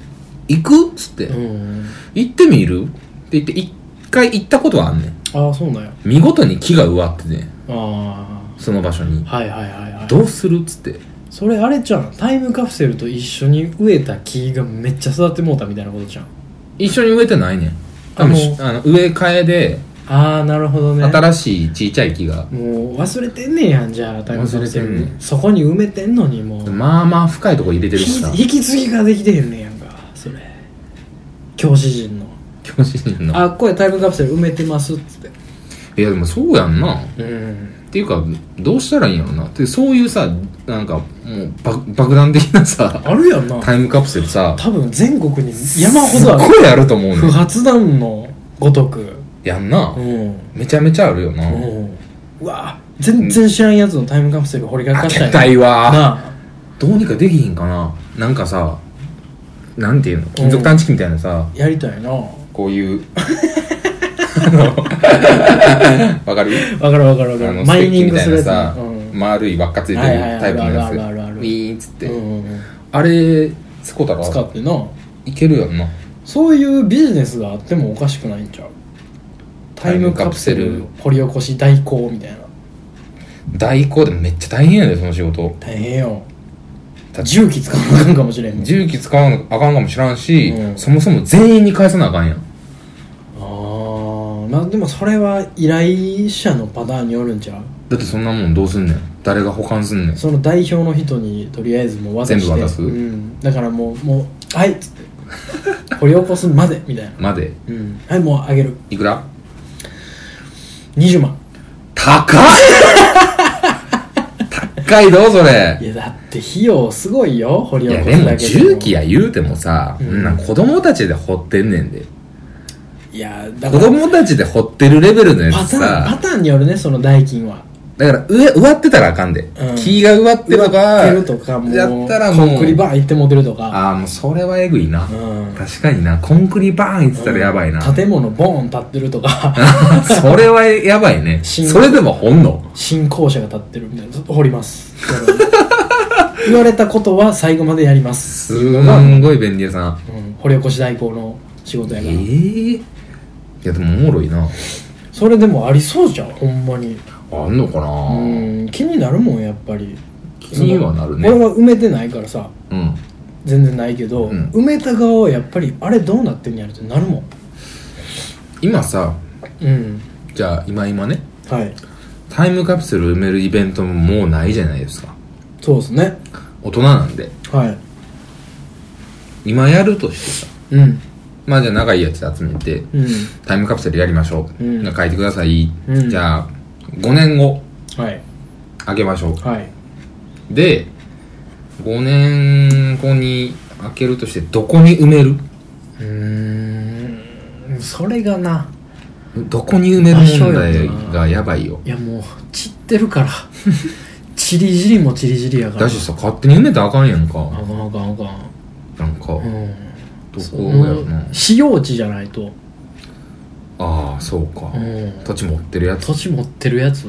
[SPEAKER 1] 行くっつって、
[SPEAKER 2] うん
[SPEAKER 1] 行ってみるって言って一回行ったことはあんねん
[SPEAKER 2] ああそうなんや
[SPEAKER 1] 見事に木が植わってて
[SPEAKER 2] あ
[SPEAKER 1] その場所に
[SPEAKER 2] あはいはいはいはい
[SPEAKER 1] どうするっつって
[SPEAKER 2] それあれじゃんタイムカプセルと一緒に植えた木がめっちゃ育ってもうたみたいなことじゃん
[SPEAKER 1] 一緒に植えてないねん
[SPEAKER 2] あ
[SPEAKER 1] 多
[SPEAKER 2] の
[SPEAKER 1] 分しあの植え替えで
[SPEAKER 2] ああなるほどね
[SPEAKER 1] 新しいちっちゃい木が、
[SPEAKER 2] もう忘れてんねんやんじゃあタイムカプセル
[SPEAKER 1] 忘れてんねん
[SPEAKER 2] そこに埋めてんのにもう
[SPEAKER 1] まあまあ深いとこ入れてる
[SPEAKER 2] 引
[SPEAKER 1] しさ
[SPEAKER 2] き引き継ぎができてへんねんやんかそれ教師陣の
[SPEAKER 1] 教師陣
[SPEAKER 2] 「
[SPEAKER 1] の
[SPEAKER 2] あこれタイムカプセル埋めてます」っつっ
[SPEAKER 1] いやでもそうやんな
[SPEAKER 2] てうん
[SPEAKER 1] っていうかどうしたらいいんやろなってそういうさなんかもう爆爆弾的なさ
[SPEAKER 2] あるやんな
[SPEAKER 1] タイムカプセルさ
[SPEAKER 2] 多分全国に山ほどあ
[SPEAKER 1] す
[SPEAKER 2] る
[SPEAKER 1] っごいあると思うねん
[SPEAKER 2] 不発弾のごとく
[SPEAKER 1] やんな
[SPEAKER 2] うん
[SPEAKER 1] めちゃめちゃあるよな
[SPEAKER 2] うんうわ全然知らんやつのタイムカプセル掘りかか
[SPEAKER 1] 開
[SPEAKER 2] っ
[SPEAKER 1] け
[SPEAKER 2] たん
[SPEAKER 1] たいわ
[SPEAKER 2] な
[SPEAKER 1] どうにかできひんかななんかさなんていうの金属探知機みたいなさ
[SPEAKER 2] やりたいなわ
[SPEAKER 1] こう いうあのわかる
[SPEAKER 2] かるわかるわ
[SPEAKER 1] あ
[SPEAKER 2] かる
[SPEAKER 1] の
[SPEAKER 2] マ
[SPEAKER 1] ステ
[SPEAKER 2] イ
[SPEAKER 1] ッ
[SPEAKER 2] ニ
[SPEAKER 1] キ
[SPEAKER 2] ン
[SPEAKER 1] み
[SPEAKER 2] グ
[SPEAKER 1] た
[SPEAKER 2] す
[SPEAKER 1] い
[SPEAKER 2] る
[SPEAKER 1] な
[SPEAKER 2] や
[SPEAKER 1] さ
[SPEAKER 2] つなうん
[SPEAKER 1] 丸い輪っかついてる
[SPEAKER 2] はいはいはい
[SPEAKER 1] タイプのやつ
[SPEAKER 2] あ
[SPEAKER 1] ウ
[SPEAKER 2] るあるあるある
[SPEAKER 1] ィーンっつって
[SPEAKER 2] うんうんうん
[SPEAKER 1] あれつこたら
[SPEAKER 2] 使ってな
[SPEAKER 1] けるやんな
[SPEAKER 2] そういうビジネスがあってもおかしくないんちゃうタイムカプセ
[SPEAKER 1] タイム
[SPEAKER 2] ル
[SPEAKER 1] カプ
[SPEAKER 2] 掘り起こし代行みたいな
[SPEAKER 1] 代行でもめっちゃ大変やでその仕事
[SPEAKER 2] 大変よ
[SPEAKER 1] だ
[SPEAKER 2] 重機使わなあかんかもしれんもん
[SPEAKER 1] 重機使わなあかんかもしらんし、
[SPEAKER 2] うん
[SPEAKER 1] そもそも全員に返さなあかんやん
[SPEAKER 2] ああまあでもそれは依頼者のパターンによるんちゃう
[SPEAKER 1] だってそんなもんどうすんねん誰が保管すんねん
[SPEAKER 2] その代表の人にとりあえずもう渡して
[SPEAKER 1] 全部渡す
[SPEAKER 2] うん、だからもう「もうはい」っつって「掘り起こすまで」みたいな
[SPEAKER 1] まで
[SPEAKER 2] 「うん、はいもうあげる
[SPEAKER 1] いくら
[SPEAKER 2] 20万
[SPEAKER 1] 高い高いどうそ」
[SPEAKER 2] い
[SPEAKER 1] れ
[SPEAKER 2] やだって費用すごいよ掘り
[SPEAKER 1] い
[SPEAKER 2] 起
[SPEAKER 1] や
[SPEAKER 2] こ
[SPEAKER 1] です
[SPEAKER 2] だ
[SPEAKER 1] も
[SPEAKER 2] けでも
[SPEAKER 1] 重機や言うてもさ、
[SPEAKER 2] うん
[SPEAKER 1] ん、なん子供たちで掘ってんねんで
[SPEAKER 2] いやだか
[SPEAKER 1] 子
[SPEAKER 2] ら
[SPEAKER 1] 供たちで掘ってるレベルのや
[SPEAKER 2] パ
[SPEAKER 1] つ
[SPEAKER 2] ターンパ
[SPEAKER 1] さ
[SPEAKER 2] ターンによるねその代金は
[SPEAKER 1] だから上植わってたらあかんで、
[SPEAKER 2] うん
[SPEAKER 1] 木が植わってとか
[SPEAKER 2] 植わってるとかもう
[SPEAKER 1] やったら
[SPEAKER 2] コ
[SPEAKER 1] もう
[SPEAKER 2] ンクリバーン行っても出るとか
[SPEAKER 1] ああもうそれはえぐいな、
[SPEAKER 2] うん
[SPEAKER 1] 確かになコンクリバーン言ってたらやばいな、
[SPEAKER 2] 建物ボーン立ってる とか
[SPEAKER 1] それはやばいね。
[SPEAKER 2] 信号
[SPEAKER 1] それでもほんの。
[SPEAKER 2] 新校舎が立ってるみたいな掘ります言われたことは最後までやります、
[SPEAKER 1] すんごい便利屋さん。
[SPEAKER 2] うん、掘り起こし代行の仕事
[SPEAKER 1] え
[SPEAKER 2] や
[SPEAKER 1] え
[SPEAKER 2] から
[SPEAKER 1] いや、でもおもろいな。
[SPEAKER 2] それでもありそうじゃんほんまに
[SPEAKER 1] あんのか
[SPEAKER 2] う
[SPEAKER 1] なん
[SPEAKER 2] 気になるもんやっぱり
[SPEAKER 1] 気にはなるね
[SPEAKER 2] その俺は埋めてないからさ
[SPEAKER 1] うん。
[SPEAKER 2] 全然ないけど、
[SPEAKER 1] うん
[SPEAKER 2] 埋めた側はやっぱりあれどうなってんやろってなるもん
[SPEAKER 1] 今さ、
[SPEAKER 2] うん
[SPEAKER 1] じゃあ今今ね、
[SPEAKER 2] はい
[SPEAKER 1] タイムカプセル埋めるイベントももうないじゃないですか。
[SPEAKER 2] そうですね
[SPEAKER 1] 大人なんで。
[SPEAKER 2] はい
[SPEAKER 1] 今やるとしてさ、
[SPEAKER 2] うん
[SPEAKER 1] まあじゃあ仲いいやつ集めて、
[SPEAKER 2] うん
[SPEAKER 1] タイムカプセルやりましょう。
[SPEAKER 2] うん
[SPEAKER 1] 書いてください。
[SPEAKER 2] うん
[SPEAKER 1] じゃあ、5年後、
[SPEAKER 2] はい
[SPEAKER 1] あげましょう。
[SPEAKER 2] はい
[SPEAKER 1] で5年後に開けるとしてどこに埋める
[SPEAKER 2] うーんそれがな
[SPEAKER 1] どこに埋める問題がやばいよ
[SPEAKER 2] いやもう散ってる からチリジリもチリジリやから
[SPEAKER 1] だしさ勝手に埋めたらあかんやん
[SPEAKER 2] あか
[SPEAKER 1] か
[SPEAKER 2] んあかんあか
[SPEAKER 1] なんかど
[SPEAKER 2] んうん
[SPEAKER 1] こやろな
[SPEAKER 2] もう使用地じゃないと、
[SPEAKER 1] ああそうか
[SPEAKER 2] うん、
[SPEAKER 1] 土地持ってるやつ
[SPEAKER 2] 土地持って るやつ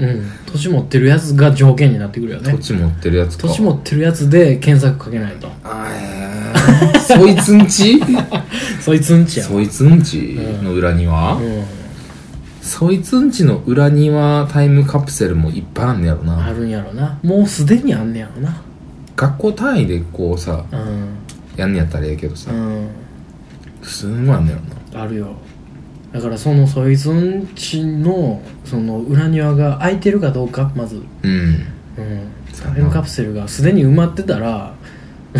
[SPEAKER 2] うん土地持ってるやつが条件になってくるよね
[SPEAKER 1] 土地持ってるやつか
[SPEAKER 2] 土地持ってるやつで検索かけないと
[SPEAKER 1] あーそいつん ち
[SPEAKER 2] そいつんちや
[SPEAKER 1] そいつんちの裏庭、
[SPEAKER 2] うん
[SPEAKER 1] そいつんちの裏庭タイムカプセルもいっぱいあんねやろ
[SPEAKER 2] あ
[SPEAKER 1] な
[SPEAKER 2] るんやろなもうすでにあんねやろな
[SPEAKER 1] 学校単位でこうさ
[SPEAKER 2] うん
[SPEAKER 1] やんねやったらええけど
[SPEAKER 2] う
[SPEAKER 1] さ、
[SPEAKER 2] ん
[SPEAKER 1] すんごいあんねやろな
[SPEAKER 2] あるよだからそのそいつんちのその裏庭が空いてるかどうかまず
[SPEAKER 1] うん
[SPEAKER 2] うん
[SPEAKER 1] そうや
[SPEAKER 2] タ
[SPEAKER 1] な
[SPEAKER 2] イムカプセルがすでに埋まってたら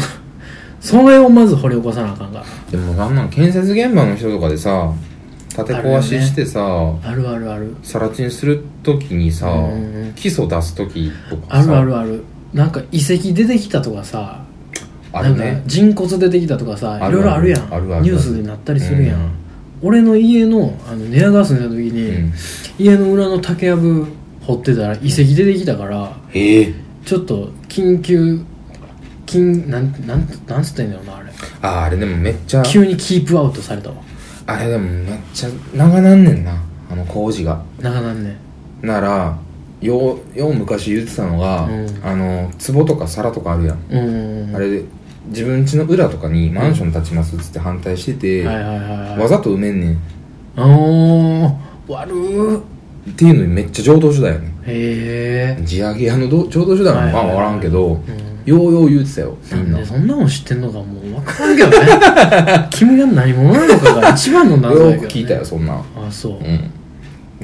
[SPEAKER 2] それをまず掘り起こさなあかんか
[SPEAKER 1] でもあんなん建設現場の人とかでさ立て壊ししてさ、
[SPEAKER 2] らあるあるある
[SPEAKER 1] さら地にする時にさ
[SPEAKER 2] うんうん
[SPEAKER 1] 基礎出す時とか
[SPEAKER 2] あ
[SPEAKER 1] さ
[SPEAKER 2] るあるあるなんか遺跡出てきたとかさ
[SPEAKER 1] ある
[SPEAKER 2] なん
[SPEAKER 1] ね
[SPEAKER 2] か人骨出てきたとかさ
[SPEAKER 1] あ
[SPEAKER 2] い
[SPEAKER 1] る
[SPEAKER 2] ろいろあ
[SPEAKER 1] あ
[SPEAKER 2] る
[SPEAKER 1] る
[SPEAKER 2] やん
[SPEAKER 1] あるある
[SPEAKER 2] ニュースでなったりするやん、
[SPEAKER 1] うん
[SPEAKER 2] 俺の家のあの寝屋川住んだ時に、
[SPEAKER 1] うん
[SPEAKER 2] 家の裏の竹やぶ掘ってたら遺跡出てきたから
[SPEAKER 1] へえ
[SPEAKER 2] ちょっと緊急緊なんなんなんつったらいいんだろ うなあれ
[SPEAKER 1] ああれでもめっちゃ
[SPEAKER 2] 急にキープアウトされたわ
[SPEAKER 1] あれでもめっちゃ長なんねんなあの工事が
[SPEAKER 2] なかなんね
[SPEAKER 1] ならようよう昔言ってたのが、
[SPEAKER 2] うん
[SPEAKER 1] あの壺とか皿とかあるやん、
[SPEAKER 2] うんうんうん
[SPEAKER 1] あれで自分家の裏とかにマンション建ちますっつって反対してて、
[SPEAKER 2] はいはいはいはい
[SPEAKER 1] わざと埋めんねんっ
[SPEAKER 2] おー悪ー
[SPEAKER 1] ていうのにめっちゃ常道手段やねん
[SPEAKER 2] へえ
[SPEAKER 1] 地上げ屋のどちょうど手段はまあ分からんけど、
[SPEAKER 2] うん
[SPEAKER 1] ようよう言うてたよみん
[SPEAKER 2] な
[SPEAKER 1] なん
[SPEAKER 2] でそんなの知ってんのかもう分からんけど ね君が何者なのかが一番の謎だけ
[SPEAKER 1] よ
[SPEAKER 2] ど、
[SPEAKER 1] く
[SPEAKER 2] ね、
[SPEAKER 1] 聞いたよそんなん
[SPEAKER 2] あそう、
[SPEAKER 1] うん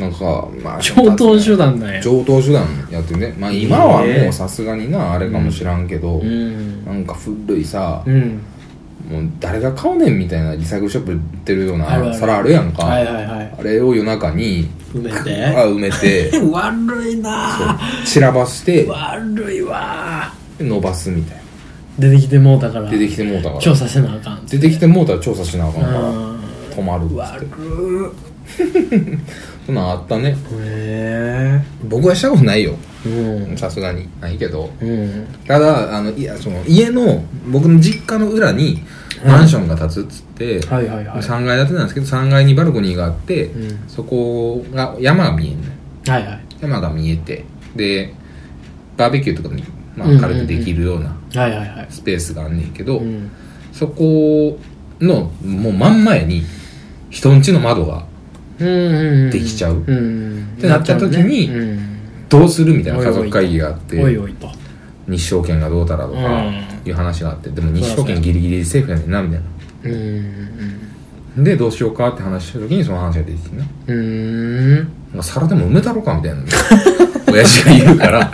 [SPEAKER 1] なんかまあ
[SPEAKER 2] 上等手段なんや
[SPEAKER 1] 上等手段やってるねまあ今は
[SPEAKER 2] え
[SPEAKER 1] も
[SPEAKER 2] え
[SPEAKER 1] うさすがになあれかもしらんけど、
[SPEAKER 2] うん
[SPEAKER 1] なんか古いさ
[SPEAKER 2] う、ん
[SPEAKER 1] もう誰が買うねんみたいなリサイクルショップで売ってるような
[SPEAKER 2] あるある
[SPEAKER 1] 皿あるやんか、
[SPEAKER 2] はいはいはい
[SPEAKER 1] あれを夜中に
[SPEAKER 2] 埋め
[SPEAKER 1] あ
[SPEAKER 2] て
[SPEAKER 1] 埋め て
[SPEAKER 2] 悪いなぁ
[SPEAKER 1] 散らばして
[SPEAKER 2] 悪いわ
[SPEAKER 1] 伸ばすみたい
[SPEAKER 2] ぁ出てきてもうたから
[SPEAKER 1] な出てきてもうたから
[SPEAKER 2] 調査せなあかん
[SPEAKER 1] 出てきてもうたら調査しなあかんから
[SPEAKER 2] う
[SPEAKER 1] 止まる
[SPEAKER 2] ん
[SPEAKER 1] っつ
[SPEAKER 2] 悪
[SPEAKER 1] って
[SPEAKER 2] い
[SPEAKER 1] そんなんあったね
[SPEAKER 2] へ
[SPEAKER 1] 僕はしたことないよ
[SPEAKER 2] えうん
[SPEAKER 1] さすがにないけど
[SPEAKER 2] うん
[SPEAKER 1] ただあのいやその家の僕の実家の裏にマンションが建つっつって、
[SPEAKER 2] はいはいはい
[SPEAKER 1] 3階建てなんですけど3階にバルコニーがあって、
[SPEAKER 2] うん
[SPEAKER 1] そこが山が見えんのよ
[SPEAKER 2] はいはい
[SPEAKER 1] 山が見えてでバーベキューとかも、ま
[SPEAKER 2] うんうんう
[SPEAKER 1] あ、
[SPEAKER 2] ん
[SPEAKER 1] 軽くできるような
[SPEAKER 2] はいはいはい
[SPEAKER 1] スペースがあんねんけど、
[SPEAKER 2] うん
[SPEAKER 1] そこのもう真ん前に人んちの窓が
[SPEAKER 2] うんうんうん
[SPEAKER 1] できちゃう
[SPEAKER 2] うん
[SPEAKER 1] ってなった時に
[SPEAKER 2] うん
[SPEAKER 1] どうするみたいな家族会議があって
[SPEAKER 2] おいおいと
[SPEAKER 1] 日照権がどうたらとかいう話があってでも日照権ギリギリセーフやねんなみたい
[SPEAKER 2] うんう
[SPEAKER 1] な
[SPEAKER 2] ん
[SPEAKER 1] でどうしようかって話した時にその話が出てきてな
[SPEAKER 2] うんうん
[SPEAKER 1] なんか皿でも埋めたろかみた いな親父が言うから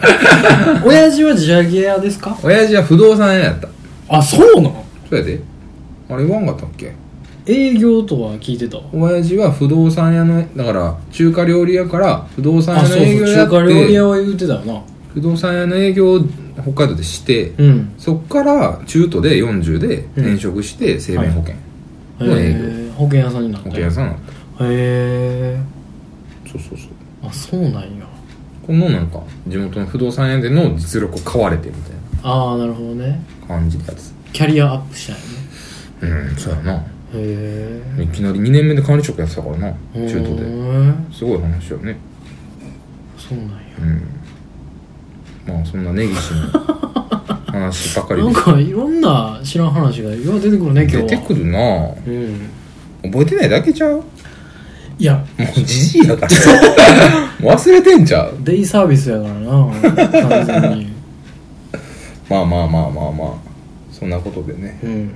[SPEAKER 2] 親父は地上げ屋ですか
[SPEAKER 1] 親父は不動産屋やった
[SPEAKER 2] あそうなん
[SPEAKER 1] そうやであれ言わんかったっけ
[SPEAKER 2] 営業とは聞いてた
[SPEAKER 1] 親父は不動産屋のだから中華料理屋から不動産屋
[SPEAKER 2] あ
[SPEAKER 1] の
[SPEAKER 2] そう
[SPEAKER 1] 営
[SPEAKER 2] そ
[SPEAKER 1] 業
[SPEAKER 2] う
[SPEAKER 1] や
[SPEAKER 2] 中華料理屋
[SPEAKER 1] って
[SPEAKER 2] は言うてたよな
[SPEAKER 1] 不動産屋の営業を北海道でして
[SPEAKER 2] うん
[SPEAKER 1] そっから中途で40で転職して生命保険
[SPEAKER 2] へ
[SPEAKER 1] の営業
[SPEAKER 2] え保険屋さんになっ
[SPEAKER 1] 保
[SPEAKER 2] た
[SPEAKER 1] 険屋さんだった
[SPEAKER 2] へえ
[SPEAKER 1] そうそうそう
[SPEAKER 2] あそうなんや
[SPEAKER 1] このなんか地元の不動産屋での実力を買われてみたい
[SPEAKER 2] ああなるほどね
[SPEAKER 1] な感じのやつ
[SPEAKER 2] キャリアアップしたんやね
[SPEAKER 1] うんそうやな
[SPEAKER 2] へえ
[SPEAKER 1] いきなり2年目で管理職やってたからな中途で
[SPEAKER 2] です
[SPEAKER 1] ごい話よね
[SPEAKER 2] そうなんや
[SPEAKER 1] うんまあそんな根岸 の話ばかり
[SPEAKER 2] なん
[SPEAKER 1] で
[SPEAKER 2] かいろんな知らん話がよう出てくるね今日
[SPEAKER 1] 出
[SPEAKER 2] は
[SPEAKER 1] てくるな
[SPEAKER 2] うん
[SPEAKER 1] 覚えてないだけちゃうも
[SPEAKER 2] いや
[SPEAKER 1] うじじいやから もう忘れてんちゃう
[SPEAKER 2] デイサービスやからな完全に
[SPEAKER 1] まあまあまあまあまあそんなことでね
[SPEAKER 2] うん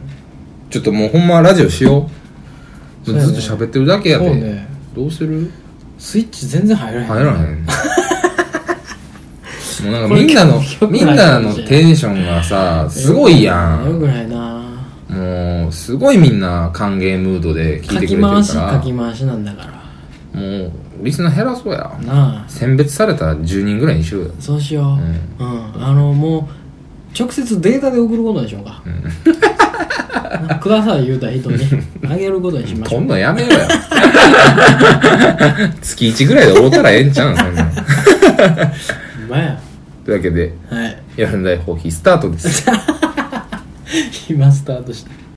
[SPEAKER 1] ちょっともうほんまラジオしよう
[SPEAKER 2] そうやね
[SPEAKER 1] ずっと喋ってるだけや
[SPEAKER 2] そ
[SPEAKER 1] で、
[SPEAKER 2] うね
[SPEAKER 1] どうする
[SPEAKER 2] スイッチ全然入らへん
[SPEAKER 1] 入らへ んもうなん
[SPEAKER 2] こ
[SPEAKER 1] か
[SPEAKER 2] れ
[SPEAKER 1] みんなの
[SPEAKER 2] 曲
[SPEAKER 1] みんなのテンションがさすごいや
[SPEAKER 2] よ
[SPEAKER 1] ん
[SPEAKER 2] くないな
[SPEAKER 1] もうすごいみんな歓迎ムードで聞いて
[SPEAKER 2] か
[SPEAKER 1] くれて
[SPEAKER 2] き
[SPEAKER 1] るか
[SPEAKER 2] 回しからき回しなんだから
[SPEAKER 1] もうリスナー減らそうや
[SPEAKER 2] なあ
[SPEAKER 1] 選別されたら10人ぐらいにしようよ
[SPEAKER 2] そうしよううん、あのもう直接データで送ることにしようか、 ください言うた人 にあげることにしましょ
[SPEAKER 1] と
[SPEAKER 2] うん
[SPEAKER 1] のやめろや月1ぐらいで会うたらええんちゃうんそんなん
[SPEAKER 2] うまや
[SPEAKER 1] というわけで
[SPEAKER 2] はい
[SPEAKER 1] やらない放棄スタートです
[SPEAKER 2] 今スタートした